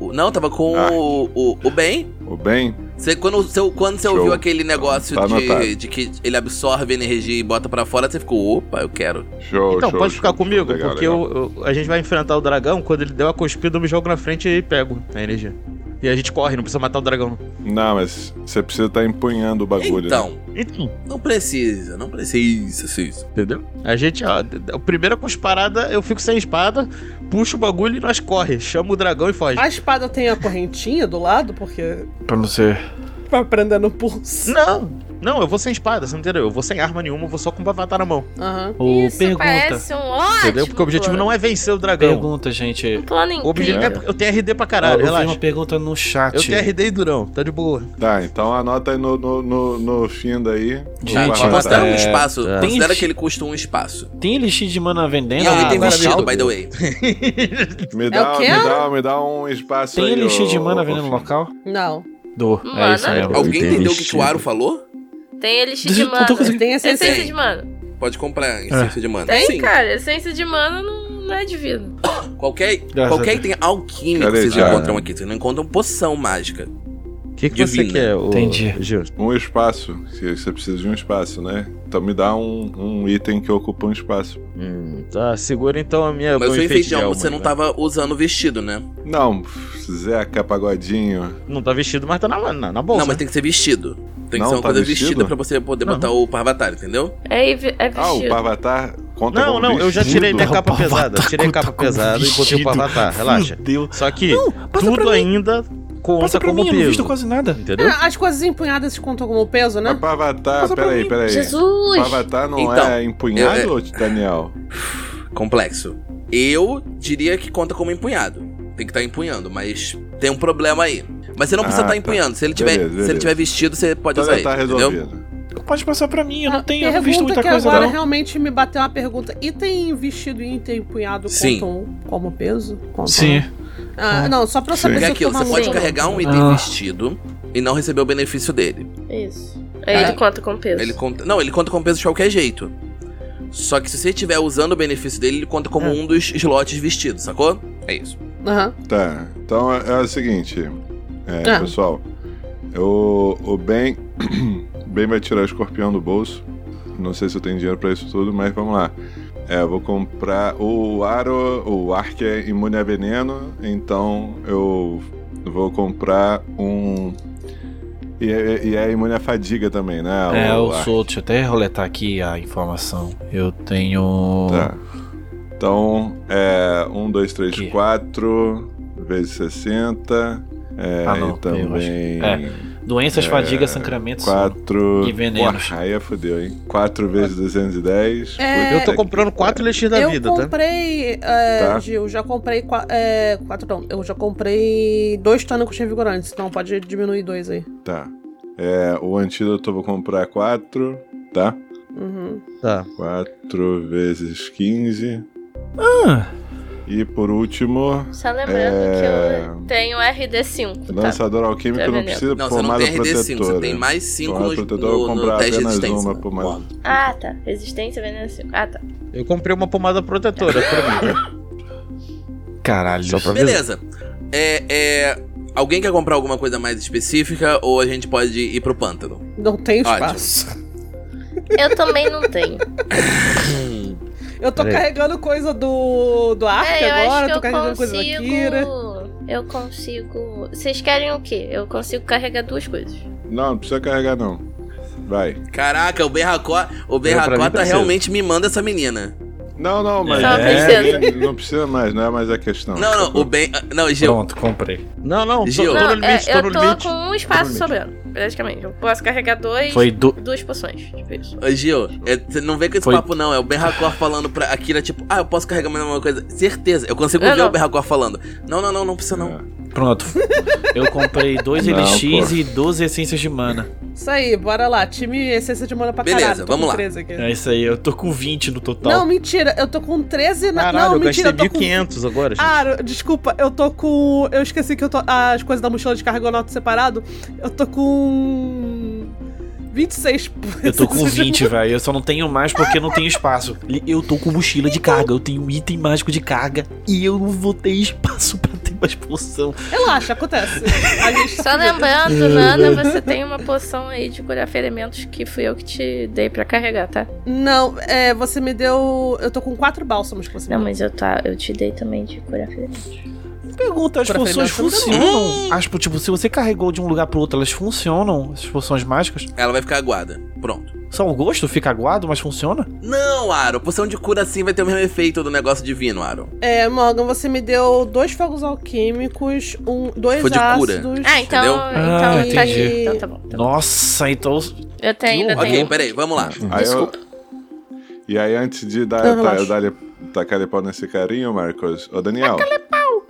o, não, tava com Ah. o, o, o Ben. O bem? Você quando você quando você Show. ouviu aquele negócio Tá de, anotado. de que ele absorve energia e bota pra fora, você ficou, opa, eu quero. Show, Então, show, pode show, ficar show. comigo, Legal, porque legal. eu- eu- a gente vai enfrentar o dragão. Quando ele der uma cuspida, eu me jogo na frente e pego a energia. E a gente corre, não precisa matar o dragão. Não, mas você precisa estar empunhando o bagulho. né? Então, Enfim, não precisa, não precisa, Cis. entendeu? A gente, ó, d- d- a primeira cusparada, eu fico sem espada, puxo o bagulho e nós corre. Chama o dragão e foge. A espada tem a correntinha do lado, porque. Pra não ser. Pra prender no pulso. Não, não, eu vou sem espada, você não entendeu? Eu vou sem arma nenhuma, eu vou só com o avatar na mão. Aham. O Isso pergunta. parece um ótimo Entendeu? Porque o objetivo plano. não é vencer o dragão. Pergunta, gente. Um plano O objetivo incrível. é. Eu tenho RD pra caralho, eu vi relaxa. uma pergunta no chat. Eu tenho RD e durão, tá de boa. Tá, então anota aí no, no, no, no fim daí. Gente, Vai, vai, vai. Considera um é, espaço, tá. considera Tem- que ele custa um espaço. Tem elixir de mana vendendo? E alguém tem agora vestido, mesmo? by the way. Me dá, o me quê? dá, me dá um espaço É Tem aí. elixir de ô- mana ô, vendendo no Fim. local? Não. Do. Mana? É isso mesmo. Alguém tenho entendeu o que, que o vestido. Aro falou? Tem elixir Deixa de eu- mana. É eu tô conseguindo- Tem essa Essência de mana. Pode comprar essência de mana. Tem, Sim. cara. Essência de mana não, não é divino. Qualquer, a qualquer item alquímico Cadê, que vocês cara? encontram aqui. Vocês não encontram poção mágica. O que, que você Divino. quer, ô, né? Entendi. Gil? Um espaço. que Você precisa de um espaço, né? Então me dá um, um item que ocupa um espaço. Hum, tá, segura então a minha. Mas meu o seu enfeite de alma, alma né? você aí, não tá- vai. tava usando o vestido, né? Não, Zeca Pagodinho. Não tá vestido, mas tá na, na, na bolsa. Não, mas tem que ser vestido. Tem que Não, ser uma tá coisa vestido? vestida pra você poder Não. botar o Parvatar, entendeu? É, ev- é Ah, o vestido. Pavatar conta Não, como não, eu já vestido. tirei até a capa Rapaz, pesada. tá Tirei a com- capa tá com pesada e botei o vestido. avatar, relaxa. Meu Deus. Só que passa tudo pra mim. ainda Passa conta pra como mim, eu não visto peso. quase nada. Entendeu? Ah, as coisas empunhadas contam como peso, Mas né? Pavatar, Passa pra peraí, mim. peraí. Jesus! Pavatar não Então, é empunhado, eu- ô Daniel? Complexo. Eu diria que conta como empunhado. Tem que estar empunhando, mas tem um problema aí. Mas você não precisa Ah, estar tá. empunhando. Se ele tiver, Beleza, se ele beleza. tiver vestido, você pode Então usar já ele, tá entendeu? resolvido. Pode passar pra mim, eu não tenho, eu não Ah, pergunta visto muita que coisa agora não. realmente me bateu uma pergunta. Item vestido e item punhado Sim. contam um, como peso? Contam. Sim. Ah, não, só pra eu saber Porque é se eu tô aquilo, você maluco pode ou não. carregar um item Ah. vestido e não receber o benefício dele. Isso. Aí ele É. conta com peso. Ele conta, não, ele conta como peso de qualquer jeito. Só que se você estiver usando o benefício dele, ele conta como É. um dos slots vestidos, sacou? É isso. Aham. Tá, então é, é o seguinte, é, Ah. pessoal. O, o Ben, ben vai tirar o escorpião do bolso. Não sei se eu tenho dinheiro pra isso tudo, mas vamos lá. É, eu vou comprar o Aro, o Ark é imune a veneno, então eu vou comprar um. E é, e é imune a fadiga também, né? É, eu Ark. sou. Deixa eu até roletar aqui a informação. Eu tenho. Tá. Então, é. 1, 2, 3, Aqui. 4 vezes 60. É, Ah, não, e também. eu acho. Doenças, É, fadiga, sangramento. sono. 4. E venenos. aí é fodeu, hein? 4 vezes 210. É, Eu tô comprando quatro elixir da eu vida, tá? comprei, é, Tá. Gil, já comprei qua- é, quatro não, eu já comprei dois tônicos revigorantes, então pode diminuir dois aí. Tá. É, o antídoto eu vou comprar 4, tá? Uhum. Tá. 4 vezes 15. Ah, E por último, Só lembrando É. que eu tenho um RD5, tá? lançador alquímico Tá não veneno. precisa Não, você não formar tem RD5, protetora. você tem mais 5 Formada no, protetora, eu vou no, no comprar teste de apenas resistência. uma pomada. Ah, tá. Resistência veneno 5. Ah, tá. Eu comprei uma pomada protetora pra mim. tá? caralho. Só pra ver. Beleza. É, é, alguém quer comprar alguma coisa mais específica ou a gente pode ir pro pântano? Não tem Ótimo. espaço. Eu também não tenho. Eu tô Peraí. carregando coisa do, do Ark É, eu agora, acho tô que eu carregando coisa da Kira. consigo. Eu consigo. Vocês querem o quê? Eu consigo carregar duas coisas. Não, não precisa carregar, não. Vai. Caraca, o Berracó, o pra mim Berracota precisa. realmente me manda essa menina. Não, não, mas. Só precisa. Não precisa mais, não é mais a questão. Não, não, o Ben. ah, Não, Gil, Pronto, comprei. Não, não, tô, Gil. tô Não, no limite, é, tô eu no tô limite. com um espaço limite. sobrando, praticamente. Eu posso carregar dois, Foi do. duas poções. Tipo isso. Ô, Gil, é, você não vem com esse Foi. papo, não. É o Berracor falando pra Akira, tipo, ah, eu posso carregar mais uma coisa. Certeza, eu consigo Não, ver não. o Berracor falando. Não, não, não, não precisa É. É. não. Pronto. Eu comprei dois Não, elixir pô. e 12 essências de mana. Isso aí, bora lá. Time essência de mana pra Beleza, caralho. tô com vamos lá. 13 aqui. É isso aí, eu tô com 20 no total. Não, mentira, eu tô com 13 na. Caralho, não, eu mentira, gastei eu tô com. 1.500 agora, gente. Ah, eu- desculpa, eu tô com. Eu esqueci que eu tô. As coisas da mochila de cargonauta separado. Eu tô com. 26. Eu tô com 20, velho. Eu só não tenho mais porque não tenho espaço. Eu tô com mochila de carga, eu tenho um item mágico de carga e eu não vou ter espaço pra ter mais poção. Relaxa, acontece. A gente tá Só lembrando, Nana, você tem uma poção aí de curar ferimentos que fui eu que te dei pra carregar, tá? Não, é, você me deu. Eu tô com quatro bálsamos que você Não, me deu. mas eu, tá, eu te dei também de curar ferimentos. Pergunta, as Pra poções pegar essa Hum. funcionam? As, tipo, se você carregou de um lugar pro outro, elas funcionam? As poções mágicas? Ela vai ficar aguada. Pronto. Só o gosto fica aguado, mas funciona? Não, Aro, poção de cura sim vai ter o mesmo efeito do negócio divino, Aro. É, Morgan, você me deu dois fogos alquímicos, um, dois Foi de cura. ácidos. Ah, então, Entendeu? então Ah, tá entendi. aqui. Então tá bom. tá bom. Nossa, então. Eu tenho, ainda Ok, Ok, tenho. peraí, vamos lá. Aí eu- e aí, antes de dar, Não, tá, relaxa. eu dar tacar pau nesse carinho, Marcos, ô Daniel.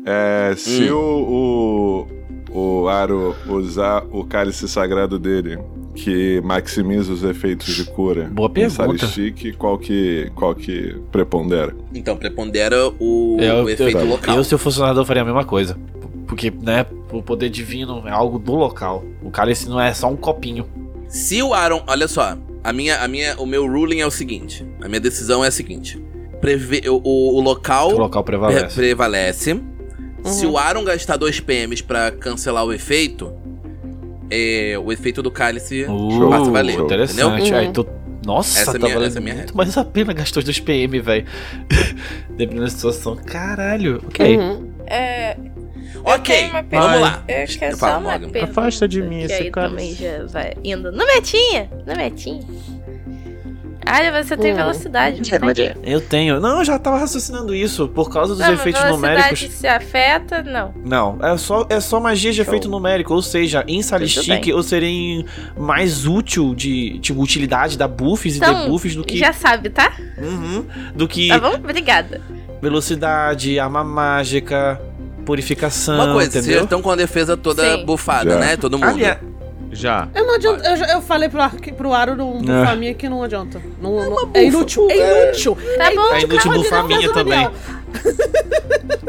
É, se Hum. o, o, o Aro usar o cálice sagrado dele, que maximiza os efeitos de cura. Boa em pergunta. Salistique, qual que, qual que prepondera? Então, prepondera o, É, Eu- o efeito eu- local. Eu, se eu fosse funcionador, eu faria a mesma coisa. Porque, né, o poder divino é algo do local. O cálice não é só um copinho. Se o Aaron. Olha só, a minha, a minha, o meu ruling é o seguinte: a minha decisão é a seguinte. Prevê, o, o- o O local local pre- prevalece. prevalece. Uhum. Se o Aaron gastar dois PMs pra cancelar o efeito, é, o efeito do cálice. Uh, Passa a valer, interessante. entendeu? Aí tu- Nossa, Uhum. Essa é tá minha- valendo essa é minha muito regra. mais a pena gastar os dois PM, velho. Dependendo da situação. Caralho. Ok. Uhum. É, ok, vamos lá. Eu quero Fala, só uma Morgan. pergunta, Afasta de mim que esse aí cara. também já vai indo. No metinha, no metinha. Ah, você tem Hum. velocidade. É, não tem? Eu tenho. Não, eu já tava raciocinando isso. Por causa dos Não, mas efeitos velocidade numéricos. se afeta? Não. Não, é só, é só magia de efeito numérico. Ou seja, em Salistic bem. eu serei mais útil de tipo, utilidade da buffs Então, e debuffs do que. Já sabe, tá? Uhum, do que Tá bom? Obrigada. velocidade, arma mágica, purificação. Uma coisa, vocês já Ah, entendeu? é, estão com a defesa toda Sim. bufada, Já. né? Todo mundo. Aliás, Já. Eu não adianta. Eu, já- eu falei pro, Ark- pro Aro não É. bufar a minha que não adianta. Não, não- é inútil. É inútil. Tá bom, é inútil calma, bufar a minha Mas o também. Daniel,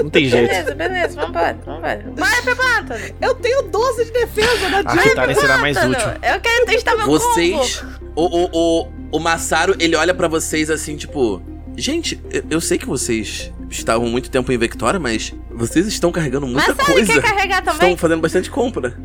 Não tem jeito. Beleza, beleza, vambora, vambora. Bora pra planta! Eu tenho 12 de defesa, não adianta. Arquitarem será mais útil. Eu quero testar meu combo. Vocês. O, o, o, o Massaro, ele olha pra vocês assim, tipo. Gente, eu, eu sei que vocês estavam muito tempo em Vectora, mas vocês estão carregando muita Mas sabe coisa. quer carregar também? Estão fazendo bastante compra.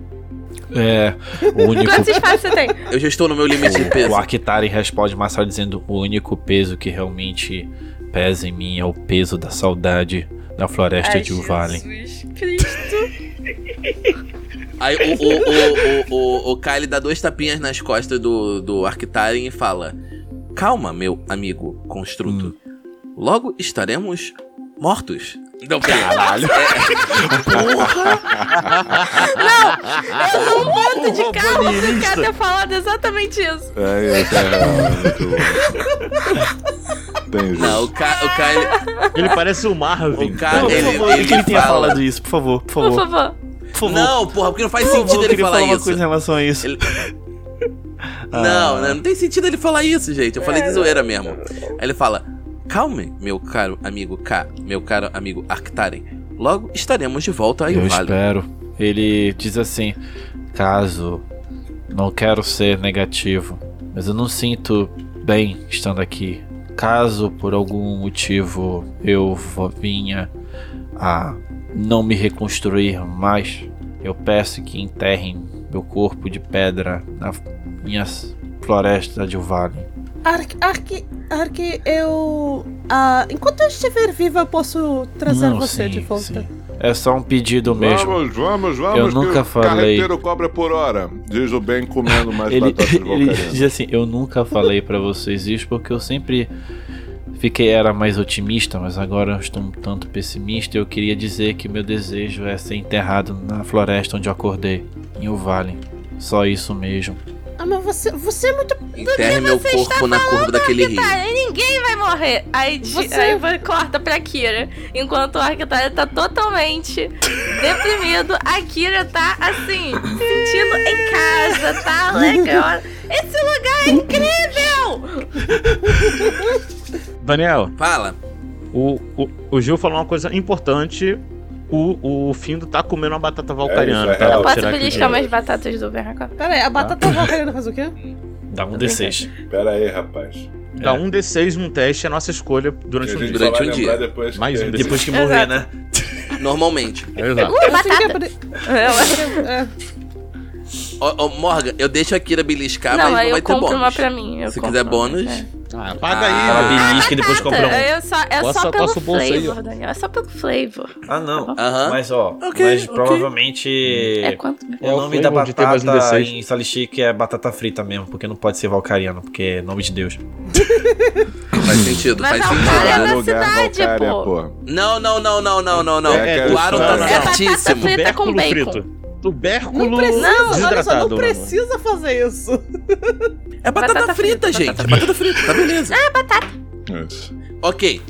É, o único. Quantos espaços você tem? Eu já estou no meu limite de É, O peso. Arctaren responde Massaro dizendo: O único peso que realmente pesa em mim é o peso da saudade da floresta de Uvalem. Jesus Cristo. Aí o, o, o, o, o, o Kyle dá dois tapinhas nas costas do, do Arctaren e fala: Calma, meu amigo construto. Hum. Logo estaremos mortos. Não, caralho. Ah, Eu dou um ponto de Ô, carro por banirista. cara ter falado exatamente isso. É isso, é muito bom. Entendi. Não, o, Ka o Kyle. Ele parece o Marvin. O cara- por Ah, ele- favor, ele que ele tenha fala- falado isso, por favor, por Por favor. favor. Por favor. Não, porra, porque não faz por favor, sentido eu ele queria falar falar uma isso. coisa em relação a isso. Ele- Ah, Não, né, não tem sentido ele falar isso, gente. Eu falei de zoeira mesmo. Aí ele fala: Calme, meu caro amigo K, meu caro amigo Arctaren. Logo estaremos de volta a Eu Ivale. espero. Ele diz assim: caso não quero ser negativo, mas eu não sinto bem estando aqui. Caso por algum motivo eu vo- vinha a não me reconstruir mais, eu peço que enterrem meu corpo de pedra na minha floresta de Vale. Ark, Ark, Ark, eu. ah, enquanto eu estiver viva, eu posso trazer Não, você sim, de volta. sim. É só um pedido mesmo. Vamos, vamos, vamos. Eu nunca o falei. Carreteiro cobra por hora. Diz o Ben comendo mais Ele, batatas de ele diz bocaria. assim: Eu nunca falei pra vocês isso porque eu sempre fiquei era mais otimista, mas agora eu estou um tanto pessimista. Eu queria dizer que meu desejo é ser enterrado na floresta onde eu acordei, em Uvalem. Só isso mesmo. Ah, mas você, você é muito. Enterre meu você está corpo na curva daquele rio. Tá, e ninguém vai morrer. Aí, de- Você- aí vai- corta pra Kira. Enquanto o Arquitário tá totalmente deprimido, a Kira tá assim, sentindo em casa, tá legal. Esse lugar é incrível! Daniel, Fala. o, o, o Gil falou uma coisa importante. O, o Findo tá comendo uma batata valcariana. É, isso é tá? real. Vou Posso tirar aqui beliscar de- umas batatas do Veracruz? Pera aí, a batata ah. faz o quê? Dá É um D6. Pera aí, rapaz. Dá um D6 num teste, é a nossa escolha durante A um gente dia. durante só um vai lembrar dia. Depois que- Mais um D6. Depois que morrer, né? Normalmente. Exato. Eu sei que é por- é. Ô, ô, Morgan, eu deixo a Kira beliscar, não, Ah, mas aí não vai eu ter compro bônus. uma pra mim. eu Se compro quiser uma, bônus. é. Ah, Ah, paga aí. Ela belisca e depois compra Batata, um. eu só, é Coça- só pelo coça o bolso aí, flavor, ó. Daniel. É só pelo flavor. Tá Ah, não. Aham. Mas, ó, Ok, mas ok. provavelmente É quanto? o nome da flavor de ter mais um batata D6. em Salichique é batata frita mesmo, porque não pode ser valcariana, porque é nome de Deus. Faz sentido, Mas faz não, sentido. cara, Aaron. é da Algum lugar, cidade, Valcária, pô. Não, não, não, não, não, não, não. É, cara, o Aaron não, tá não, não. certíssimo. É batata frita com bacon. frito. Tubérculo Não precisa, olha só, desidratado. não precisa fazer isso. É batata, Batata frita, frita, gente. batata é batata frita, tá beleza. Isso. Ok.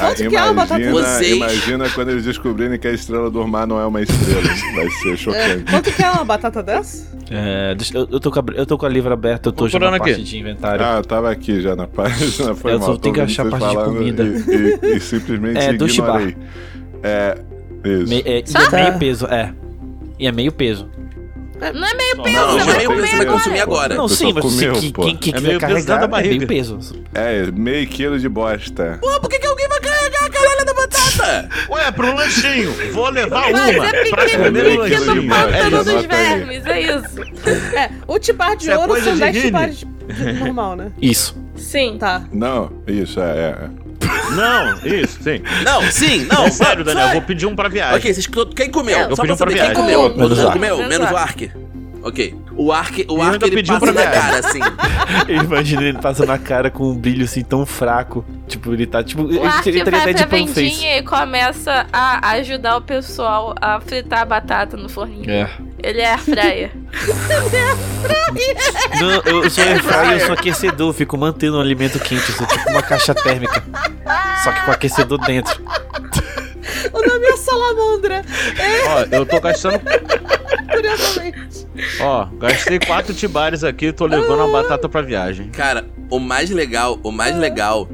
Ah, que é uma batata- Imagina, Vocês- imagina quando eles descobrirem que a estrela do mar não é uma estrela. Vai ser chocante. Quanto que é uma batata dessa? É, deixa- eu, eu tô com a, eu tô com a livra aberta, eu tô já na Procurando parte aqui. de inventário. Ah, eu tava aqui já na página. Foi Eu mal. só tenho tô que ouvindo achar a vocês parte de falando comida. E, e- e simplesmente É, do Shibar. ignorei. É. Isso. Me- é, e é Tá. meio peso, é. E é meio peso. Não é meio peso, Não, você hoje é meio vai peso, comer você vai agora. consumir agora. Não, Tu sim, só mas É, comeu, se, que, pô. quem que É quiser meio peso da carregar é meio barriga. peso. É, meio quilo de bosta. Pô, por que, que alguém vai carregar a caralho da batata? Ué, é pro lanchinho. Vou levar Mas uma. é pra comer pequeno, no pequeno pequeno lanchinho. É pântano isso, dos anota aí. vermes, é isso. É, o tibar de Isso é ouro coisa são de 10 Rini. tibares de... normal, né? Isso. Sim. Tá. Não, isso, é. é. Não, isso, sim. Não, sim, não. É sério, Daniel, eu sai. vou pedir um pra viagem. Ok, vocês, quem comeu? Eu Só pra pedi um pra saber quem viagem. comeu. Menos Todo o mundo Ark. comeu, Menos menos o o Ark. Ok. O Ark, o E Ark ainda ele pediu passa pra na viagem. cara, assim. Eu imagino ele passando na cara com um brilho assim tão fraco. Tipo, ele tá tipo. O Ark ele estaria vai até pra de pão face. vendinha e começa a ajudar o pessoal a fritar a batata no forninho. É. Ele é airfryer. Não, eu sou air fryer, eu sou aquecedor, eu fico mantendo o alimento quente, eu sou tipo uma caixa térmica. Só que com aquecedor dentro. O nome é Salamandra, Ó, eu tô gastando. curiosamente. Ó, gastei quatro tibares aqui, tô levando a batata pra viagem. Cara, o mais legal, o mais legal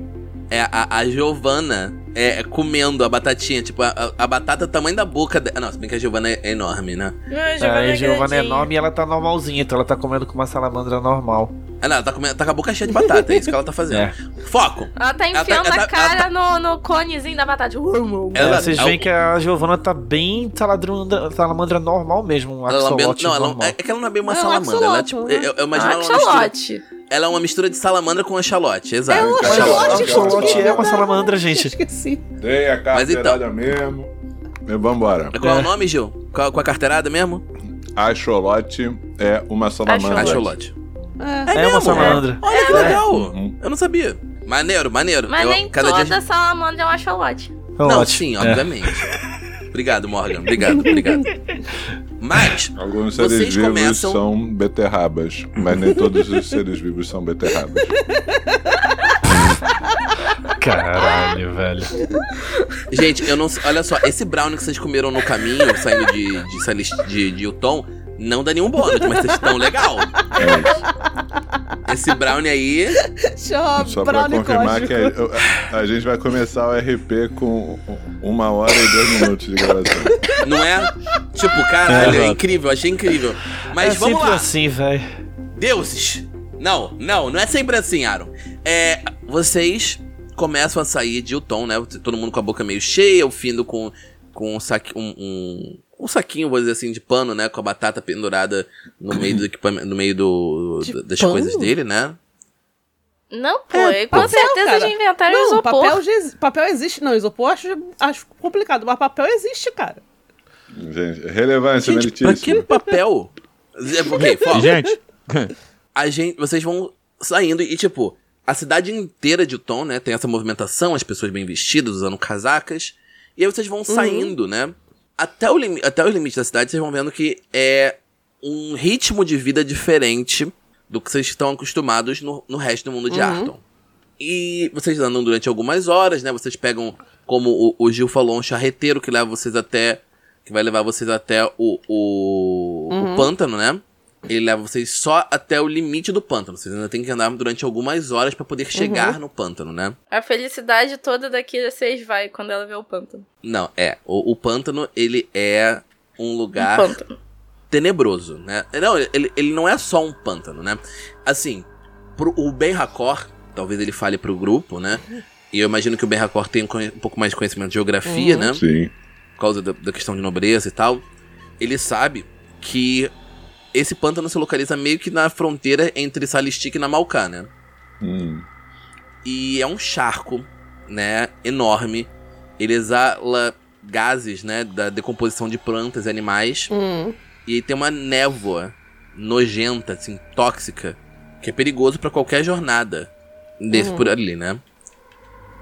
é a, a Giovana é, comendo a batatinha. Tipo, a, a- a batata tamanho da boca dela. Não, se bem que a Giovana é, é enorme, né? Não, a Giovana é enorme e ela tá normalzinha, então ela tá comendo com uma salamandra normal. Ah, não, ela tá, comendo, tá com a boca cheia de batata, é isso que ela tá fazendo. É. Foco! Ela tá tá- enfiando ela tá- a cara no, no conezinho da batata. É, Ela, vocês ela- veem que a Giovana tá bem saladrunda- salamandra normal mesmo, um ela lambendo, axolote Não, ela, normal. é que ela não é bem uma É um salamandra. Ela, é axolote, tipo, né? eu, eu imagino ela uma mistura. Ah, Axolote. Ela é uma mistura de salamandra com axolote, exato. É um Mas axolote, o axolote filho é uma da- salamandra, gente. Esqueci. Dei a Mas então- carteirada mesmo. E vambora. Qual é É. o nome, Gil? Qual, com a carteirada mesmo? Axolote é uma salamandra. Axolote. É. É né? uma salamandra. Olha que legal! Uhum. Eu não sabia. Maneiro, maneiro. Mas Eu- nem cada toda dia... salamandra é um axolote. Não, Axolote. sim, É. obviamente. Obrigado, Morgan. Obrigado, obrigado. Mas, Alguns Vocês seres vivos começam- são beterrabas, mas nem todos os seres vivos são beterrabas. Caralho, velho. gente, eu não sei. Olha só, esse brownie que vocês comeram no caminho, saindo de, de, Salis- de, de Uton, não dá nenhum bônus, mas vocês estão legal. É Esse brownie aí. Chama Só pra brownie confirmar cósmico. é que a, a gente vai começar o RP com uma hora e dois minutos de gravação. Não é? Tipo, caralho, é Exato. incrível, achei incrível. Mas é vamos sempre lá. assim, velho. Deuses! Não, não, não é sempre assim, Aaron. É. Vocês começam a sair de Uton, né? Todo mundo com a boca meio cheia, o Findo com, com um, saque, um, um, um saquinho, vou dizer assim, de pano, né? Com a batata pendurada no meio do equipamento, no meio do, De das pano? coisas dele, né? Não, pô, É, e com papel, certeza cara. já inventaram não, É isopor. papel, já exi- papel existe. Não, isopor acho, acho complicado, mas papel existe, cara. Gente, relevância Gente, pra que é meritíssima. papel? É, ok, Ah. foco. Gente, a gente, vocês vão saindo e, tipo, a cidade inteira de Tom, né? Tem essa movimentação, as pessoas bem vestidas, usando casacas. E aí vocês vão saindo, né? Até o, limi- até o limite da cidade, vocês vão vendo que é um ritmo de vida diferente do que vocês estão acostumados no, no resto do mundo de Arton. E vocês andam durante algumas horas, né? Vocês pegam, como o, o Gil falou, um charreteiro que leva vocês até. Que vai levar vocês até o, o, o pântano, né? Ele leva vocês só até o limite do pântano. Vocês ainda tem que andar durante algumas horas pra poder chegar Uhum. no pântano, né? A felicidade toda da Kira 6 vai quando ela vê o pântano. Não, é. O, o pântano, ele é um lugar Um pântano. tenebroso, né? Não, ele, ele não é só um pântano, né? Assim, pro, o Ben Hakor, talvez ele fale pro grupo, né? E eu imagino que o Ben Hakor tem um conhe- um pouco mais de conhecimento de geografia, Uhum. né? Sim. Por causa da, da questão de nobreza e tal. Ele sabe que esse pântano se localiza meio que na fronteira entre Salistic e Namalcá, né? Hum. e é um charco, né, enorme. Ele exala gases, né, da decomposição de plantas e animais. E aí tem uma névoa nojenta, assim, tóxica, que é perigoso pra qualquer jornada Uhum. desse por ali, né?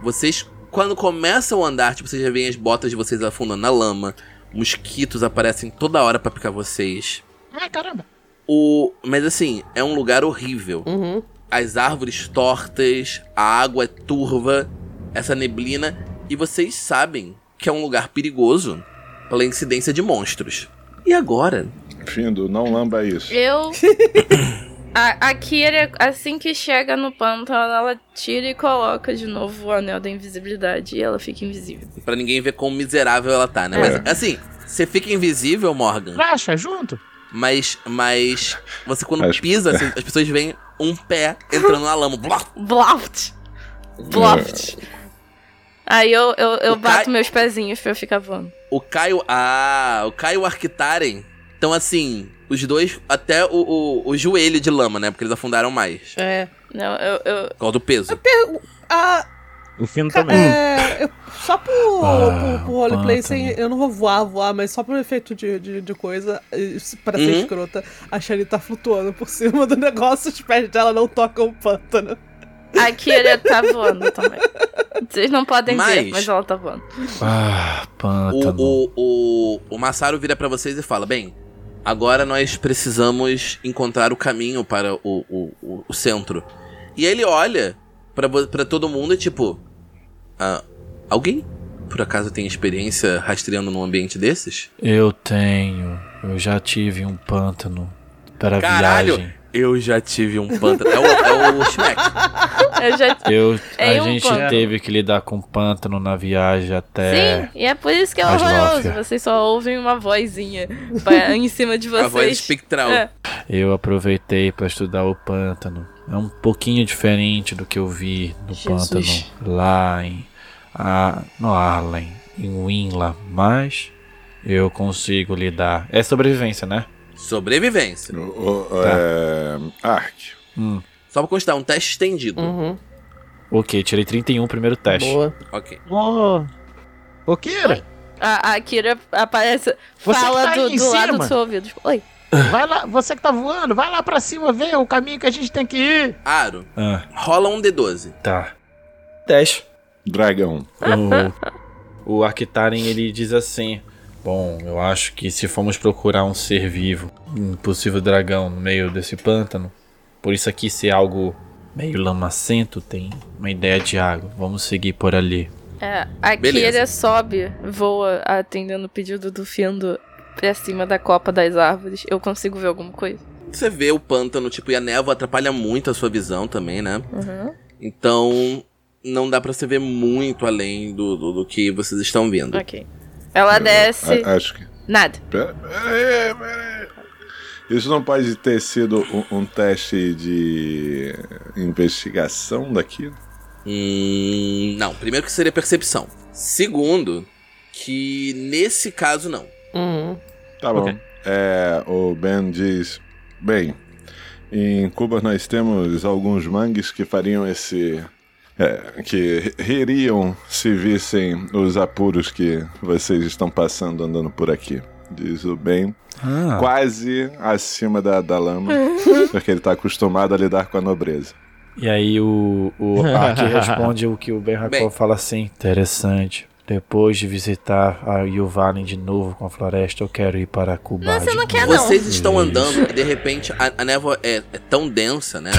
Vocês, quando começam a andar, tipo, vocês já veem as botas de vocês afundando na lama. Mosquitos aparecem toda hora pra picar vocês. ai caramba. O... Mas assim, é um lugar horrível Uhum. as árvores tortas, a água é turva, essa neblina. E vocês sabem que é um lugar perigoso pela incidência de monstros. E agora? Findo, não lamba isso. Eu. A, a Kira, assim que chega no pântano, ela tira e coloca de novo o anel da invisibilidade e ela fica invisível. Pra ninguém ver quão miserável ela tá, né? É. Mas assim, você fica invisível, Morgan, Racha, junto. mas mas você quando As- pisa, assim, as pessoas veem um pé entrando na lama. Blá! Bloft! É. Bloft! Aí eu, eu, eu bato meus pezinhos pra eu ficar voando. O Caio. Ah, o Caio e o Arquitaren. Então, assim, os dois até o, o, o joelho de lama, né? Porque eles afundaram mais. É. Não, eu, eu, Por causa do peso. Ah, O Fino Ca- também. É, eu- só pro, Hum. Ah, pro, pro roleplay, pântano. sem, eu não vou voar, voar, mas só pro efeito de, de, de coisa, isso pra ser Uhum. escrota, a Shani tá flutuando por cima do negócio, os pés dela não tocam o pântano. a Kira tá voando também. Vocês não podem ver, Mas- mas ela tá voando. Ah, pântano. O, o, o, o Massaro vira pra vocês e fala: Bem, agora nós precisamos encontrar o caminho para o, o, o, o centro. E ele olha pra, vo- pra todo mundo e tipo: "Ah, Alguém por acaso tem experiência rastreando num ambiente desses? Eu tenho. Eu já tive um pântano para Caralho! viagem. Eu já tive um pântano. É o, é o Schmeck. Eu já Eu, Em a um gente pântano. teve que lidar com pântano na viagem até. Sim, e é por isso que é Mas horroroso. máfia. Vocês só ouvem uma vozinha pra- em cima de vocês. A voz espectral. É. Eu aproveitei para estudar o pântano. É um pouquinho diferente do que eu vi no Jesus. pântano lá em a, no Arlen, em Winla, mas eu consigo lidar. É sobrevivência, né? Sobrevivência. O, o- Tá. é, Ark. Hum. Só pra constar, um teste estendido. Hum. Ok, tirei 31 primeiro teste. Ok. Hum. Ô, Ô, Kira, A, a Kira aparece, Você fala tá aí do, em do lado cima? do seu ouvido. Tipo, Oi. vai lá, você que tá voando, vai lá pra cima ver o caminho que a gente tem que ir. Aro, Ah, rola um D12. tá. 10. Dragão. O, o Arctaren, ele diz assim: Bom, eu acho que se formos procurar um ser vivo, um possível dragão no meio desse pântano, por isso aqui ser algo meio lamacento, tem uma ideia de água. Vamos seguir por ali. É, a Beleza. Kira sobe, voa, atendendo o pedido do Findo pra cima da copa das árvores. Eu consigo ver alguma coisa? Você vê o pântano, tipo, e a névoa atrapalha muito a sua visão também, né? Uhum. Então, não dá pra você ver muito além do, do, do que vocês estão vendo. Ok. Ela desce. A- acho que. Nada. Pera, pera aí, pera aí. Isso não pode ter sido um, um teste de investigação daqui? Hum, não, primeiro que seria percepção. Segundo, que nesse caso não. Tá bom. Ok. É, o Ben diz: Bem, Em Cuba nós temos alguns mangues que fariam esse. é, que ririam se vissem os apuros que vocês estão passando andando por aqui. Diz o bem, Ah, quase acima da, da lama, porque ele está acostumado a lidar com a nobreza. E aí o, o Ark responde o que o Ben Bem. Hakor fala assim: Interessante. Depois de visitar a Yuvalin de novo com a floresta, eu quero ir para Cuba. Não, você de não quer, novo." Ah, não. Vocês estão Isso. andando e de repente a, a névoa é, é tão densa, né?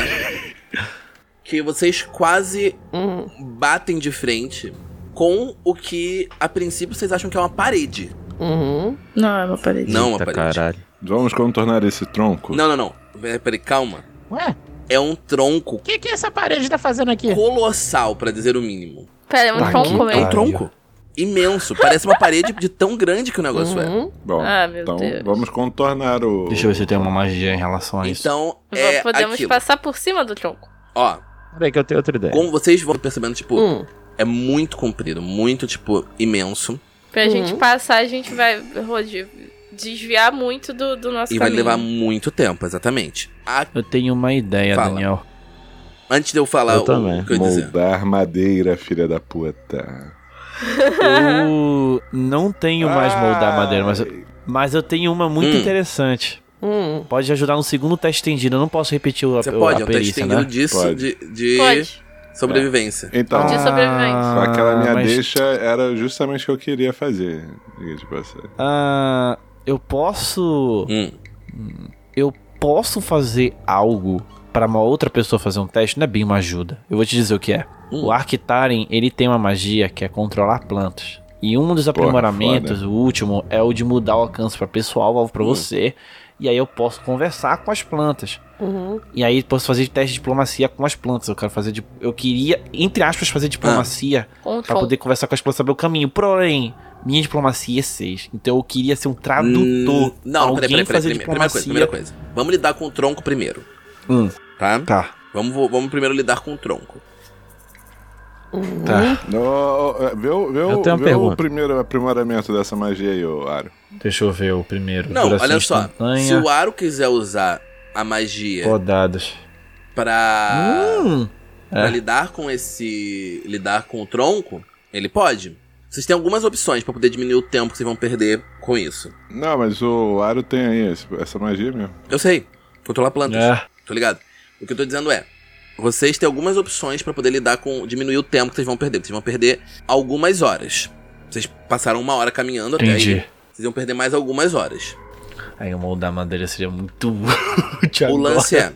que vocês quase Uhum. batem de frente com o que a princípio vocês acham que é uma parede. Uhum. Não, é uma parede. Não uma Eita, parede. caralho. Vamos contornar esse tronco. Não, não, não. É, Peraí, calma. Ué, É um tronco o que, que essa parede tá fazendo aqui? colossal, pra dizer o mínimo. Pera, é um Tá aqui, tronco tá. É um Caralho. mesmo. tronco imenso. Parece uma parede de tão grande que o negócio é. Uhum. Bom, Ah, meu então Deus. vamos contornar o. Deixa eu ver se tem uma magia em relação a isso. Então, é Podemos aquilo. passar por cima do tronco. Ó, Peraí que eu tenho outra ideia. como vocês vão percebendo, tipo, Hum. é muito comprido, muito, tipo, imenso. Pra Uhum. gente passar, a gente vai Rodi, desviar muito do, do nosso E vai caminho. levar muito tempo, exatamente. A- Eu tenho uma ideia, Fala. Daniel. antes de eu falar Eu o, também. o que eu ia dizer. Moldar madeira, filha da puta. Eu não tenho Ah. mais moldar madeira, mas, Ai. mas eu tenho uma muito Hum. interessante. Uhum. Hum. Pode ajudar no segundo teste estendido. Eu não posso repetir o, Você a, pode, a eu tô perícia, estendido né? disso Pode. de, de Pode. sobrevivência. Então, De sobrevivente. com aquela minha Ah, mas- deixa era justamente o que eu queria fazer. diga de passagem. Ah, eu posso... Hum. Eu posso fazer algo pra uma outra pessoa fazer um teste? Não é bem uma ajuda. Eu vou te dizer o que é. Hum. O Arctaren, ele tem uma magia que é controlar plantas. E um dos aprimoramentos, o último, é o de mudar o alcance pra pessoal, alvo Hum. pra você. E aí eu posso conversar com as plantas. Uhum. E aí posso fazer teste de diplomacia com as plantas. Eu quero fazer. dip- Eu queria, entre aspas, fazer diplomacia Ah. Com o pra tronco. poder conversar com as plantas, saber o caminho. Porém, minha diplomacia é 6. Então eu queria ser um tradutor. Hum, Não, peraí, peraí, peraí. Alguém fazer primeira- Primeira coisa, primeira coisa. Vamos lidar com o tronco primeiro, Hum, tá? tá. Vamos, vo- vamos primeiro lidar com o tronco. Uhum. Tá. Ó, ó, Vê, o- vê, o- tenho uma vê o pergunta. primeiro aprimoramento dessa magia aí, ô Aro. Deixa eu ver o primeiro. Não, Duração olha só. Se instantânea, o é Aro quiser usar a magia Rodadas. pra. Hum. Pra É. lidar com esse. lidar com o tronco, ele pode. Vocês têm algumas opções pra poder diminuir o tempo que vocês vão perder com isso. Não, mas o Aro tem aí esse- essa magia mesmo. Eu sei. Controlar plantas. É. Tô ligado? O que eu tô dizendo é. Vocês têm algumas opções pra poder lidar com. diminuir o tempo que vocês vão perder. Vocês vão perder algumas horas. Vocês passaram uma hora caminhando até Entendi. aí. Vocês vão perder mais algumas horas. Aí o moldar madeira seria muito útil. O agora. lance é.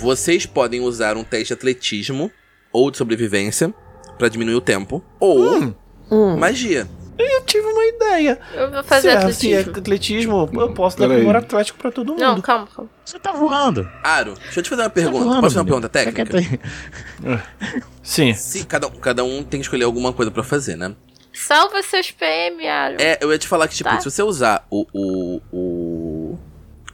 Vocês podem usar um teste de atletismo ou de sobrevivência pra diminuir o tempo. Ou Uhum. Hum. magia. Eu tive uma ideia. Eu vou fazer Se é- se é atletismo. atletismo, eu posso dar Peraí. primeiro atlético pra todo mundo. Não, calma, calma. Você tá voando. Aro, deixa eu te fazer uma pergunta. Tá voando, Posso fazer uma menino. pergunta Você quer técnica? ter- Sim. Se cada, um- cada um tem que escolher alguma coisa pra fazer, né? Salva seus PM, Aaron. É, eu ia te falar que, tipo, Tá. se você usar o. o, o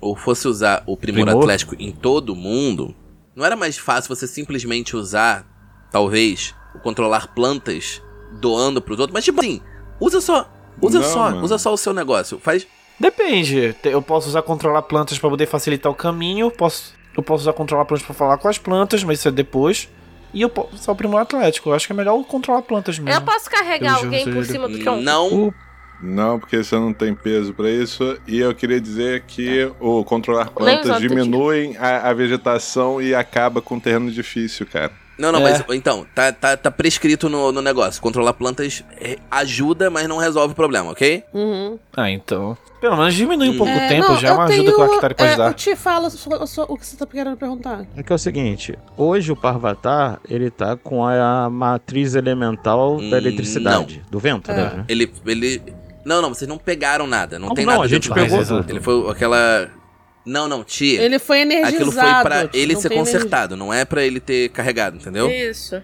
ou fosse usar o Primor, Primor? Atlético em todo mundo, não era mais fácil você simplesmente usar, talvez, o controlar plantas doando pros outros? Mas, tipo assim, usa só. Usa Não, só, mano. usa só o seu negócio. Faz. Depende. Te- Eu posso usar controlar plantas pra poder facilitar o caminho. Posso, eu posso usar controlar plantas pra falar com as plantas, mas isso é depois. E eu posso usar o primor atlético. Eu acho que é melhor eu controlar plantas mesmo. Eu posso carregar Eu já alguém por usei- cima do é um. tronco? É. Não. Não, porque você não tem peso pra isso. E eu queria dizer que o controlar plantas Levanta, diminuem a, a vegetação e acaba com o terreno difícil, cara. Não, não, É. mas então, tá, tá, tá prescrito no, no negócio. Controlar plantas é, ajuda, mas não resolve o problema, ok? Uhum. Ah, então. Pelo menos diminui um pouco É, o tempo, não, já é uma eu ajuda que o tenho- Actari pode é, Eu dar. te falo só- só o que você tá querendo perguntar. É que é o seguinte, hoje o Parvatar, ele tá com a matriz elemental Hum, da eletricidade, do vento, É. né? Ele. ele... Não, não, vocês não pegaram nada. Não, Não, tem não, nada. a gente dentro pegou disso. tudo. Ele foi aquela. Não, não, tia. Ele foi energizado. Aquilo foi pra tipo, ele não ser tem energia. consertado, não é pra ele ter carregado, entendeu? Isso.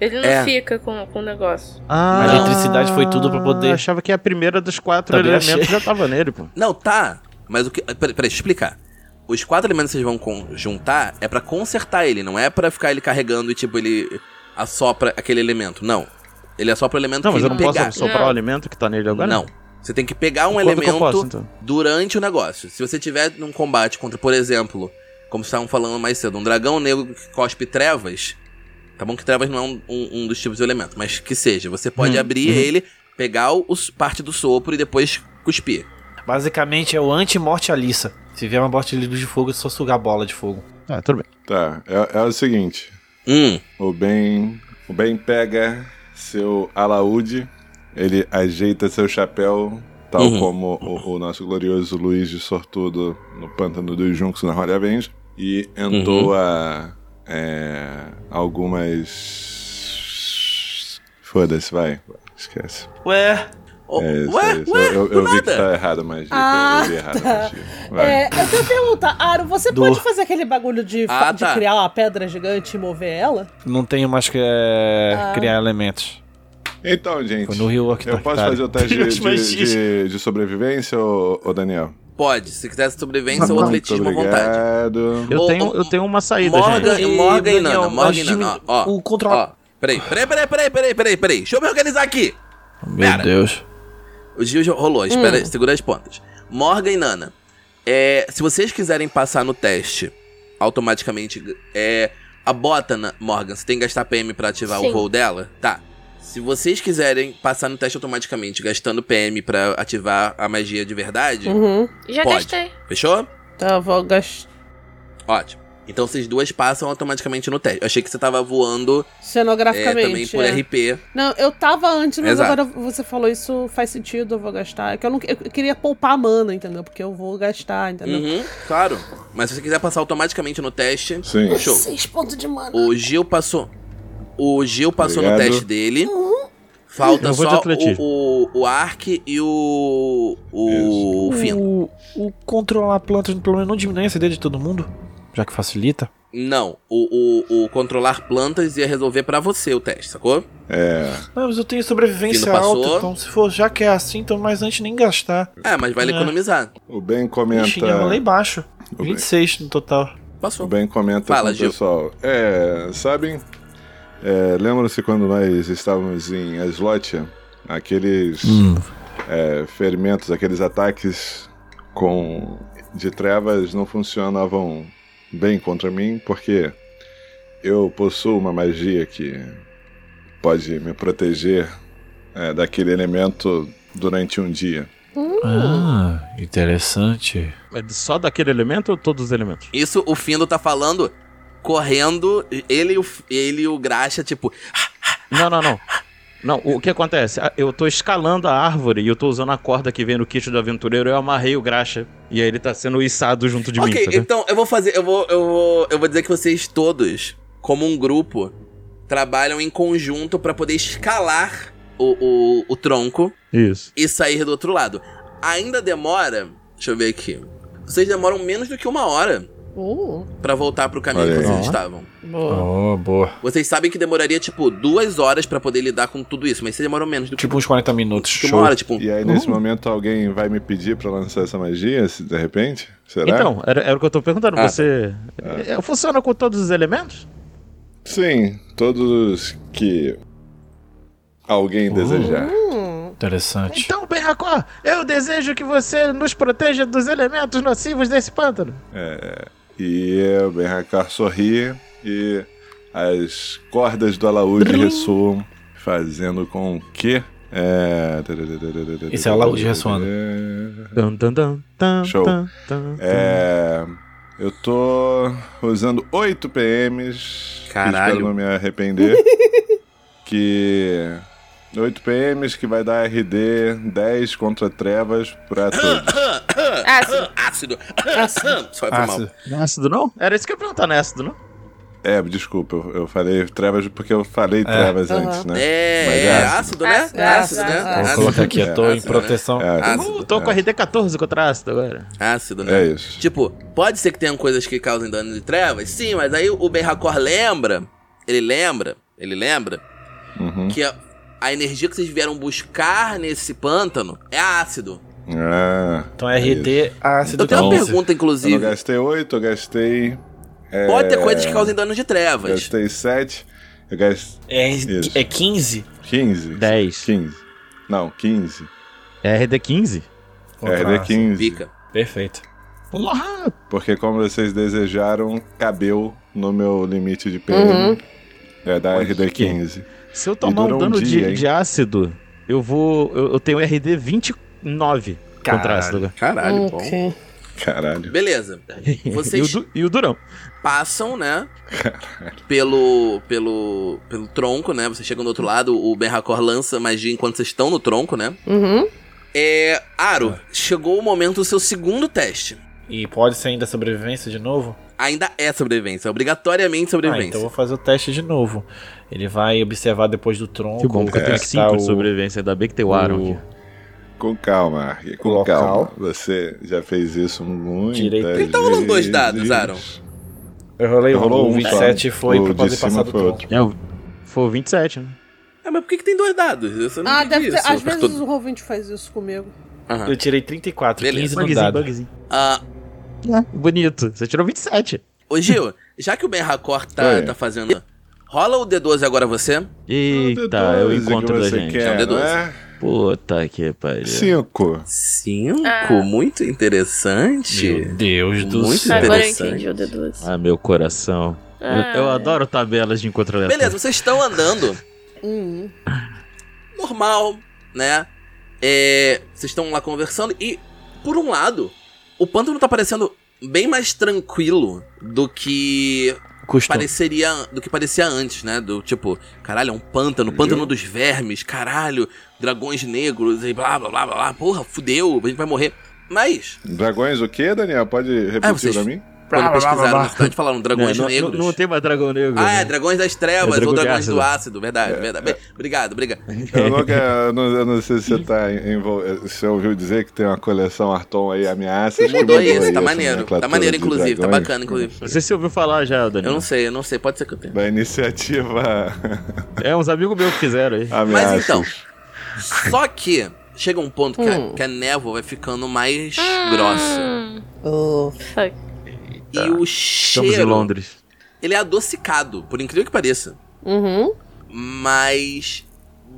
Ele não É. fica com, com o negócio. Ah, A eletricidade foi tudo pra poder- Achava que a primeira dos quatro Também elementos achei. já tava nele, pô. Não, tá. Mas o que. Peraí, peraí, deixa eu explicar. Os quatro elementos que vocês vão con- juntar é pra consertar ele, não é pra ficar ele carregando e, tipo, ele assopra aquele elemento. Não. Ele assopra o elemento Não, que mas eu ele não pegar. posso soprar Não. o alimento que tá nele agora? Não. Você tem que pegar um Quando que eu elemento posso, então? durante o negócio. Se você tiver num combate contra, por exemplo, como estavam falando mais cedo, um dragão negro que cospe trevas. Tá bom que trevas não é um, um- um dos tipos de elemento, mas que seja. Você pode abrir ele, pegar os, parte do sopro e depois cuspir. Basicamente é o anti-morte Alissa. Se vier uma morte de luz de fogo, é só sugar a bola de fogo. Ah, tudo bem. Tá, é, é o seguinte. Hum, O Ben, o ben pega seu alaúde, ele ajeita seu chapéu, tal Uhum. como o, o nosso glorioso Luiz de Sortudo no Pântano dos Juncos na Roda Venge, e Uhum. entoa é, algumas. Foda-se, vai. Esquece. Ué, Oh, É isso, ué, é isso. ué, eu do eu vi que nada. tá errado a magia. Ah, eu vi errado tá. a magia. Vai. É, eu tenho pergunta, Aro, você Do- pode fazer aquele bagulho de, fa- Ah, de tá. criar uma pedra gigante e mover ela? não tenho mais que é, Ah. criar elementos. Então, gente. Foi no Rio tá Eu posso fazer o teste de, de, de- de sobrevivência, ô, ô Daniel? Pode, se quiser sobrevivência ou atletismo à vontade. obrigado. Eu, Ô, tenho, ô, eu tenho uma saída, Morgan, gente. e, gente. Morgan e Daniel, Nana, mas Morgan e Nana, diminui ó. ó, o controle. Ó, peraí, peraí, peraí, peraí, peraí, peraí, peraí. Deixa eu me organizar aqui. Meu Pera. Deus. O Gil já rolou, espera, segura as pontas. Morgan e Nana, é, se vocês quiserem passar no teste, automaticamente, é, a bota, na- Morgan, você tem que gastar PM pra ativar Sim. o voo dela? Tá. Se vocês quiserem passar no teste automaticamente, gastando PM pra ativar a magia de verdade, Uhum. Já Pode. gastei. fechou? Tá, vou gastar. Ótimo. Então vocês duas passam automaticamente no teste. Eu achei que você tava voando é, também Cenograficamente. por é. RP. Não, eu tava antes, mas Exato. agora você falou isso faz sentido, eu vou gastar. É que eu, não, eu queria poupar a mana, entendeu? Porque eu vou gastar, entendeu? Uhum, claro. Mas se você quiser passar automaticamente no teste, Sim. show. Seis pontos de mana. Uh, O Gil passou. O Gil passou no Obrigado. teste dele. Falta Eu vou de só atletismo. o, o, o Ark e o. O Fino. O, o controlar plantas no problema não diminui a CD de todo mundo? Já que facilita? Não, o, o, o controlar plantas ia resolver pra você o teste, sacou? É. Não, Ah, mas eu tenho sobrevivência Fino passou. alta, então se for, já que é assim, então mais antes nem gastar. É, mas vale É. economizar. O Ben Ixi, eu rolei comenta. baixo. O Ben. 26 no total. O Passou. Ben comenta Fala, com o Gil. pessoal. É, sabem? É, Lembram-se quando nós estávamos em Aslotia? Aqueles Hum. é, fermentos, aqueles ataques com de trevas não funcionavam bem contra mim, porque eu possuo uma magia que pode me proteger é, daquele elemento durante um dia. Ah, interessante. É só daquele elemento ou todos os elementos? Isso o Findo tá falando correndo, ele e o, ele e o Graxa, tipo. Não, não, não. Não, o que acontece? Ah, Eu tô escalando a árvore e eu tô usando a corda que vem no kit do aventureiro, eu amarrei o graxa e aí ele tá sendo içado junto de mim, ok, sabe? então eu vou fazer. Eu vou, eu, vou, eu vou dizer que vocês todos, como um grupo, trabalham em conjunto pra poder escalar o, o, o tronco Isso. e sair do outro lado. Ainda demora. Deixa eu ver aqui. Vocês demoram menos do que uma hora Uh, pra voltar pro caminho Olha que aí. vocês Ó. estavam. boa. Oh, boa. Vocês sabem que demoraria, tipo, duas horas pra poder lidar com tudo isso, mas vocês demoram menos do que, Tipo uns 40 minutos. do que Show. uma hora, tipo. E aí, Uhum. nesse momento, alguém vai me pedir pra lançar essa magia, se- de repente? Será? Então, era, era o que eu tô perguntando. Ah, Você. É, Funciona com todos os elementos? Sim, todos que alguém Uhum. desejar. Hum, Interessante. Então, Berracó, eu desejo que você nos proteja dos elementos nocivos desse pântano. É, E o Benhacar sorri e as cordas do alaúde ressoam, fazendo com que. É. Esse é o alaúde ressoando. Tan, tan, tan, tan, Show. tan, tan, É. Eu tô usando 8 PMs. Caralho. Fiz pra não me arrepender. que. 8 PMs que vai dar RD 10 contra trevas pra todos. Ácido. Ácido. Ácido. Só foi mal. Ácido. tan. Não é Ácido não? Era isso que eu ia perguntar, não é ácido não? É, desculpa, eu, eu falei trevas porque eu falei trevas Aham. antes, né? É, Mas é é ácido, né? Ácido, Ácido, né? ácido, Vou ácido. Ácido, colocar aqui, eu É, tô em ácido, né? proteção. É, Ácido. Eu Uh, tô com RD 14 contra ácido agora. Ácido, né? É isso. Tipo, pode ser que tenham coisas que causem dano de trevas, sim, mas aí o Berracor lembra, ele lembra, ele lembra Uhum. que a, a energia que vocês vieram buscar nesse pântano é ácido. Ah, Então RD ácido Eu tenho uma 15. pergunta, eu não inclusive. gastei 8, eu gastei. é, Pode ter coisas que causem dano de trevas. Gastei 7, eu gastei É, Isso. é 15? 15. 10. 15. Não, É, 15. É RD 15? RD 15. Fica. Perfeito. Porra! Porque como vocês desejaram, cabeu no meu limite de PM. Uhum. É da Pode RD15. Se eu tomar dura um um dano dia, de, hein? de ácido, eu vou. Eu, eu tenho RD 29 contra Caralho. ácido. Caralho, bom. Hum, Ok. Caralho. Beleza. Vocês E, o, du- e o Durão. passam, né? Pelo, pelo, pelo tronco, né? Vocês chegam do outro lado, o Berracor lança magia enquanto vocês estão no tronco, né? Uhum. É. Aro, chegou o momento do seu segundo teste. E pode ser ainda sobrevivência de novo? Ainda é sobrevivência, obrigatoriamente Ah, sobrevivência. então eu vou fazer o teste de novo. Ele vai observar depois do tronco. Que bom, porque como eu é tenho que 5 tá de sobrevivência. Ainda bem que tem o Aaron o- aqui. Com calma, Ark, com Local. calma. Você já fez isso muito. Direito. Então rolou dois dados, Aaron. Eu rolei Rolou um, um o 27 só. foi O pra de poder passar cima do foi tronco. outro. É, o- foi o 27, né? Ah, mas por que, que tem dois dados? Você não Ah, entendi deve ter. isso. Às Pra vezes todo- o Rovinte faz isso comigo. Aham. Eu tirei 34, Beleza. 15 no dado. Ah, bonito. Você tirou 27. ô Gil, já que o Berracor tá, Oi. tá fazendo. Rola o D12 agora você. Eita, D12 é o que encontro da você gente. Quer, É um D12. né? Puta que pariu. Cinco. Cinco, Ah. muito interessante. Meu Deus do Muito céu. Agora eu é Interessante. entendi o D12. Ah, meu coração. Eu- Eu, Ah. adoro tabelas de encontro aleatório. É. Beleza, vocês estão andando Hum. normal, né? É, vocês estão lá conversando e, por um lado, o pântano tá parecendo bem mais tranquilo do que Custou. pareceria do que parecia antes, né? Do tipo, caralho, é um pântano, pântano dos vermes, caralho, dragões negros e blá blá blá blá, blá porra, fudeu, a gente vai morrer. Mas, Dragões o quê, Daniel? Pode repetir Ah, vocês- pra mim? quando pesquisaram na cidade, falaram dragões É, não, não, negros. não tem mais dragão negro. Ah, é, dragões das trevas É dragão ou de É. dragões do ácido. ácido, verdade, verdade. Bem, obrigado, obrigado. Eu, nunca, eu, não, eu não sei se você tá envolvido. Você ouviu dizer que tem uma coleção Arton aí, ameaças. que Mudou isso, tá né? essa maneiro. Tá nomenclatura maneiro, de inclusive, tá dragões. bacana, inclusive. Não sei se você ouviu falar já, Eu Daniel. não sei, eu não sei, pode ser que eu tenha. Da iniciativa É uns amigos meus que fizeram aí. ameaças. Mas então, só que chega um ponto que, a, Hum. que a névoa vai ficando mais Ah. grossa. Hum, Oh. fuck. E o Tá. Estamos em cheiro, Londres. ele é adocicado, por incrível que pareça. Uhum. Mas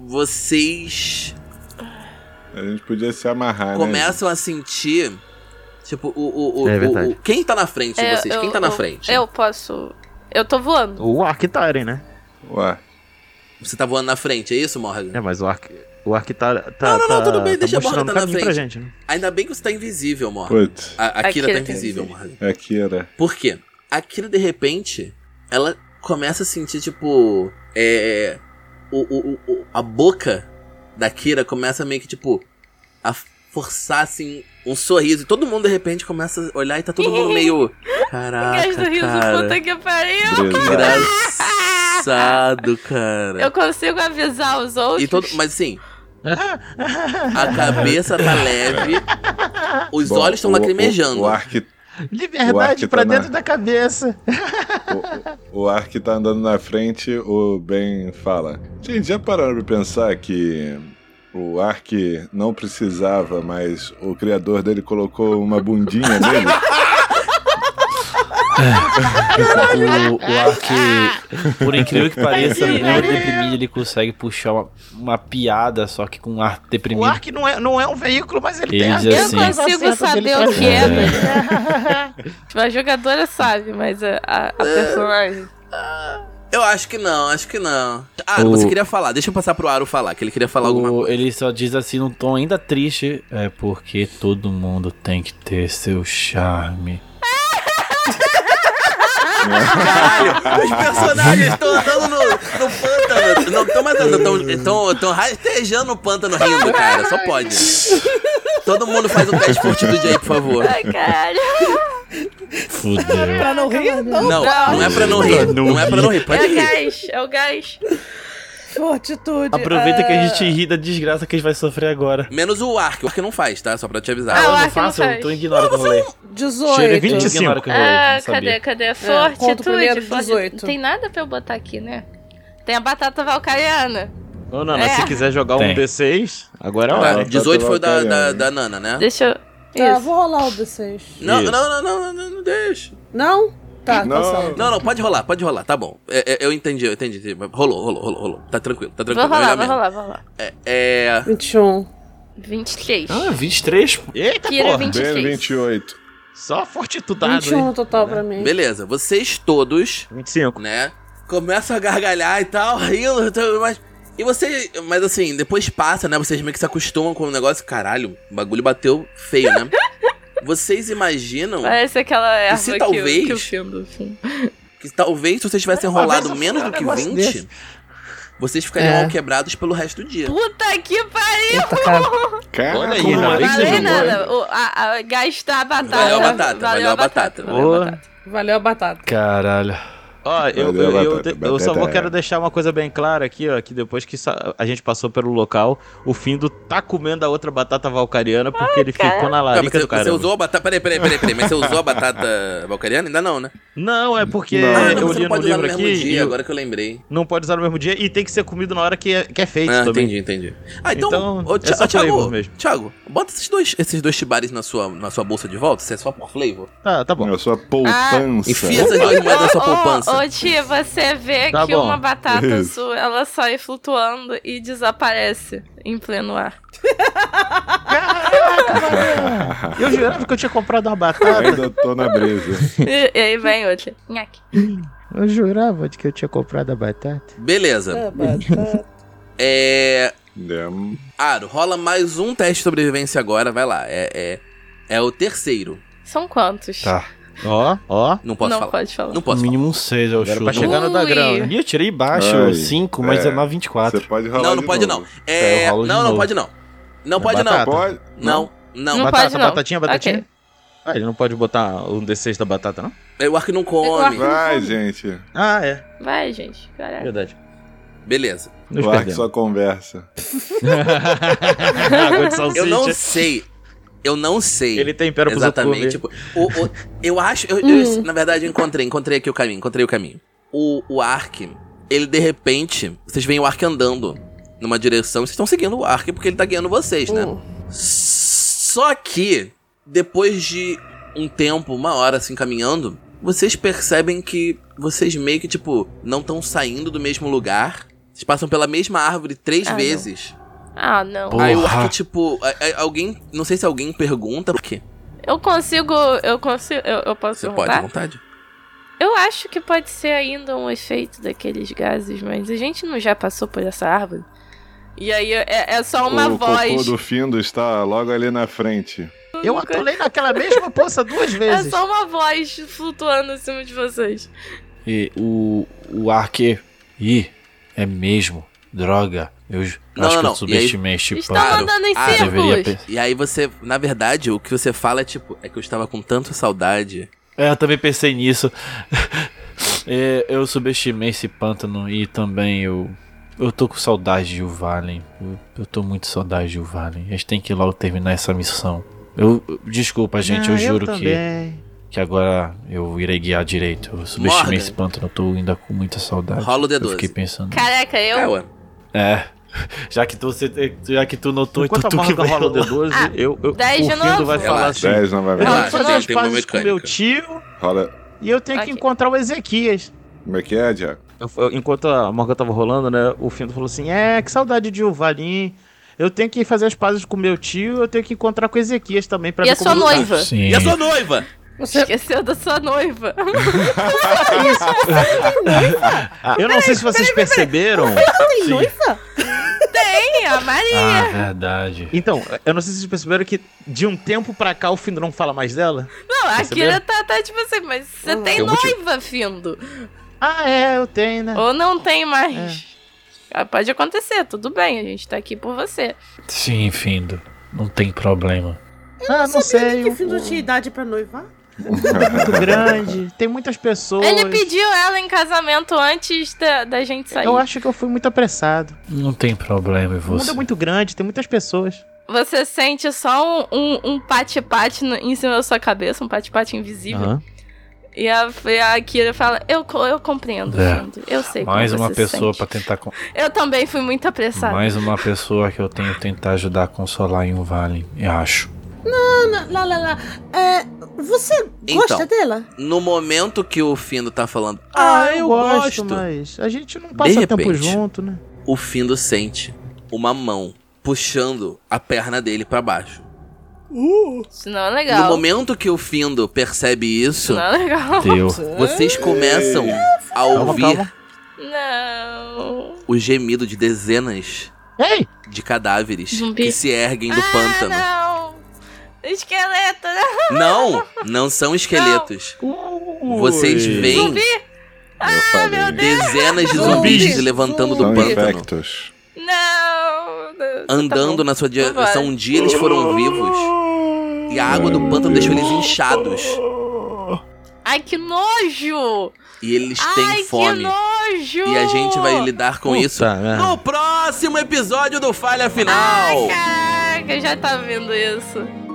vocês A gente podia se amarrar, né? começam a sentir, tipo, o... o, o, É o- verdade. o- quem tá na frente de Eu- vocês? Quem é, eu- tá na eu- frente? Eu posso. Eu tô voando. O Arctaren, né? Ué, Você tá voando na frente, é isso, Morgan? É, mas o Arc... O Arc tá, tá, Não, não, não, tá- tudo bem, tá deixa a mostrando borda o na caminho pra frente. gente, né? Ainda bem que você tá invisível, Morgan. putz, é A, a Kira Akira tá tá invisível, invisível. Morgan. Akira. Por quê? A Kira, de repente, ela começa a sentir, tipo. É. O, o, o- o- a boca da Kira começa meio que, tipo. A forçar, assim, um sorriso. E todo mundo, de repente, começa a olhar e tá todo mundo meio. Caraca. Gás do riso, Cara, é puta que pariu! Brisa. engraçado, cara. Eu consigo avisar os outros. E todo, mas assim. A cabeça tá leve. Os Bom, olhos estão o- lacrimejando. O, o, Ark, O Liberdade Ark pra tá dentro na- da cabeça. o, o Ark tá andando na frente, o Ben fala. Gente, já pararam pra pensar que o Ark não precisava, mas o criador dele colocou uma bundinha nele? O, o Ark, por incrível que pareça, Tadinho. né? mesmo deprimido, ele consegue puxar uma, uma piada, só que com um ar O deprimido. Ark não é, não é um veículo, mas ele, Ele tem a diz Eu assim. tentativa consigo certa dele saber pra o que é, É. mas Tipo, a jogadora sabe, mas a, a- a personagem. Eu acho que não, acho que não. Ah, O- você queria falar. Deixa eu passar pro Aro falar, que ele queria falar alguma coisa. O- ele só diz assim num tom ainda triste, é porque todo mundo tem que ter seu charme. Caralho, os personagens estão andando no, no pântano. Não estão mais andando, estão rastejando o pântano rindo, cara. Só pode. Todo mundo faz um teste de fortitude aí, por favor. Ai, caralho. Fudeu. Pra não rir, não. Não, não é pra não rir. Não é pra não rir, É pode o rir. gás, é o gás. Fortitude. Aproveita que ah, a gente ri da desgraça que a gente vai sofrer agora. Menos o Ark, o Ark não faz, tá? Só pra te avisar. Ah, o eu não Ark não faço, eu faz. tô ignorando o rolê. 18. Cheira, 25. Eu ignoro que eu rolei, Ah, não sabia. cadê, cadê? conta o primeiro, Fortitude, fortitude. 18. Tem nada pra eu botar aqui, né? Tem a batata valcariana. Ô, Nana, É. se quiser jogar um Tem. D6, agora é a Tá, hora. Ah, 18 foi o da, da, Valkyria, da Nana, né? Deixa eu. Tá, Isso. vou rolar o D6. Não, Isso. não, não, não, não, não deixa. Não? Tá, tá Não. certo. Não, não, pode rolar, pode rolar, tá bom. É, é, eu entendi, eu entendi. entendi. Rolou, rolou, rolou, rolou. Tá tranquilo, tá Vou tranquilo. é melhor rolar, vou mesmo. rolar, vou rolar. É, é. 21. 23. Ah, 23? pô. Eita, Kira porra. Ben 23. 28. Só fortitudado. 21 hein? no um total pra mim. Tá, Beleza, vocês todos, 25. né? Começam a gargalhar e tal, rindo, tal, mas. E você. Mas assim, depois passa, né? Vocês meio que se acostumam com o negócio. Caralho, o bagulho bateu feio, né? Vocês imaginam Parece aquela erva se que, talvez- o, que assim. o filme do filme. que talvez se vocês tivessem rolado vez eu menos fui do um que negócio 20, desse. vocês ficariam É. mal quebrados pelo resto do dia. Puta que pariu! Eita, cara. Caraca, Olha aí, como ainda é? bem que Valeu você jogou. nada. O- a- a- gastar a batata. Valeu a batata, valeu a batata. valeu a Boa. batata. Valeu a batata. Caralho. Ó, eu, Valeu, eu, eu, batata, de- eu só batata. vou quero deixar uma coisa bem clara aqui, ó, que depois que sa- a gente passou pelo local, o Findo tá comendo a outra batata valcariana porque ele ficou na Ah, mas larica você, é do cara. você usou a batata. Peraí, peraí, peraí, peraí. Mas você usou a batata valcariana? Ainda não, né? Não, é porque Não. ah, não, eu você li não no pode usar no livro aqui, mesmo dia, e agora que eu lembrei. não pode usar no mesmo dia e tem que ser comido na hora que é, que é feito Ah, também. entendi, entendi. Ah, então, Então, ô, é Thi- só ô, Thiago, flavor mesmo. Thiago, bota esses dois, esses dois chibaris na sua, na sua bolsa de volta, se é só por flavor. Tá, tá bom. A sua poupança. Ah, Enfia essas duas moedas na sua poupança. Ô, tia, você vê Tá que bom. uma batata Isso. sua, ela sai flutuando e desaparece em pleno ar. Eu jurava que eu tinha comprado uma batata. Ainda tô na brisa. e, e aí vem outra. Nhaque. Eu jurava que eu tinha comprado a batata. Beleza. A batata. É. Damn. Aro, rola mais um teste de sobrevivência agora, vai lá. É, é, é o terceiro. São quantos? Tá. Ó, ó. Não posso Não falar. pode falar. Não posso falar. Mínimo 6 eu Era pra chuto. chegar no Ui. Dagrão, né? Ih, eu tirei baixo Ai, 5, mas é. é mais 24. Você pode rolar Não, não de pode novo. não. É, eu rolo de não, não novo. pode não. Não pode não. É batata. Pode? Não, não. Não batata, pode, não. batatinha, batatinha. Ok. Ah, ele não pode botar um D6 da batata, não? É o arco não Eu come. acho- Vai, gente. Ah, é. Vai, gente. Caralho. Verdade. Beleza. Nos Largue perdemos. sua conversa. Água de salsicha. Eu não sei. Eu não sei. Ele tem império pros Exatamente. Exatamente. Tipo, o- o- eu acho. Eu, Hum. eu- na verdade, eu encontrei, encontrei aqui o caminho, encontrei o caminho. O, o Ark, ele de repente. Vocês veem o Ark andando numa direção. Vocês estão seguindo o Ark porque ele tá guiando vocês, né? Hum. Só que, depois de um tempo, uma hora assim caminhando, vocês percebem que vocês meio que, tipo, não estão saindo do mesmo lugar. Vocês passam pela mesma árvore três Ah, não. vezes. Ah, não. Porra. Aí o Ark, tipo, a- a- alguém. Não sei se alguém pergunta por quê. Eu consigo. Eu consigo. Eu, eu posso Você pode, à perguntar? vontade. Eu acho que pode ser ainda um efeito daqueles gases, mas a gente não já passou por essa árvore. E aí é, é só uma o cocô voz. do Findo está logo ali na frente. Eu atolei naquela mesma poça duas É vezes. só uma voz flutuando em cima de vocês. E o, o Arque. Ih, é mesmo. Droga. Eu j- Não, acho não, que não. eu subestimei este Estão paro. andando em Ah, Deveria círculos. pe- E aí você, na verdade, o que você fala é tipo, é que eu estava com tanta saudade. É, eu também pensei nisso. É, eu subestimei esse pântano e também eu. Eu tô com saudade de Uvalen. Eu, eu tô muito saudade de Uvalen. A gente tem que logo terminar essa missão. Eu, eu- Ah, desculpa, gente, eu juro que, que agora eu irei guiar direito. Eu subestimei Morgan. esse pântano, eu tô ainda com muita saudade. Rola o eu D12. fiquei pensando. Caraca, É, eu. ué. É. Já que tu, você- já que tu notou, então Enquanto a tu que Morgan vai rola o rolar. D12, Ah, eu, eu, dez o de Findo novo? vai falar Relaxa. assim. 10 Eu tenho que Relaxa, novamente. tem- fazer as tem uma pazes com meu mecânica. tio Rola. e eu tenho Ok. que encontrar o Ezequias. Como é que é, Diago? Eu- eu- enquanto a Morgan tava rolando, né, o Findo falou assim, é, que saudade de Uvalim. Eu tenho que fazer as pazes com meu tio, eu tenho que encontrar com o Ezequias também pra E ver a como sua ele tá." noiva? Sim. E a sua noiva? Você Esqueceu da sua noiva. Eu não sei se vocês perceberam... tem noiva? Tem, a Maria. Ah, verdade. Então, eu não sei se vocês perceberam que de um tempo pra cá o Findo não fala mais dela. Não, a Perceberam? Kira tá, tá tipo assim, mas você Hum. tem Tem um motivo. noiva, Findo. Ah, é, eu tenho, né? Ou não tem mais. Ah, Pode acontecer, tudo bem, a gente tá aqui por você. Sim, Findo. Não tem problema. ah, não sei. Que o- filho tinha é idade pra noivar? muito grande, tem muitas pessoas. Ele é pediu ela em casamento antes da, da gente sair. Eu acho que eu fui muito apressado. Não tem problema em O mundo você. é muito grande, tem muitas pessoas. Você sente só um- um pate-pate um, pate-pate no- em cima da sua cabeça, um pate-pate invisível. E, a, e a Kira fala: Eu, co- eu compreendo, É. Findo. Eu sei como Mais você uma se pessoa sente. pra tentar con- Eu também fui muito apressada. mais uma pessoa que eu tenho que tentar ajudar a consolar em um vale, eu acho. Lá, lá, lá. É, você gosta Então. dela? No momento que o Findo tá falando, ah, eu gosto, mas a gente não De passa tempo repente. junto, né? o Findo sente uma mão puxando a perna dele pra baixo. Isso não é No legal. momento que o Findo percebe Isso isso, não é legal. Deu. vocês começam a ouvir Não. o gemido de dezenas Ei! de cadáveres Zumbi. que se erguem do ah, pântano. não. Esqueleto, né? não. Não, não são esqueletos. Vocês veem Zumbi, né? Eu falei. Ah, dezenas de Zumbi. zumbis se levantando do São pântano, infectos. não. não. Tá andando bom. na sua Vambora. direção. Um dia eles foram vivos e a água do Meu pântano deixou eles Deus. inchados Ai, que nojo. e eles Ai, têm que fome. nojo. E a gente vai lidar com isso no próximo episódio do Falha Final. Caraca, eu já tava tá vendo isso.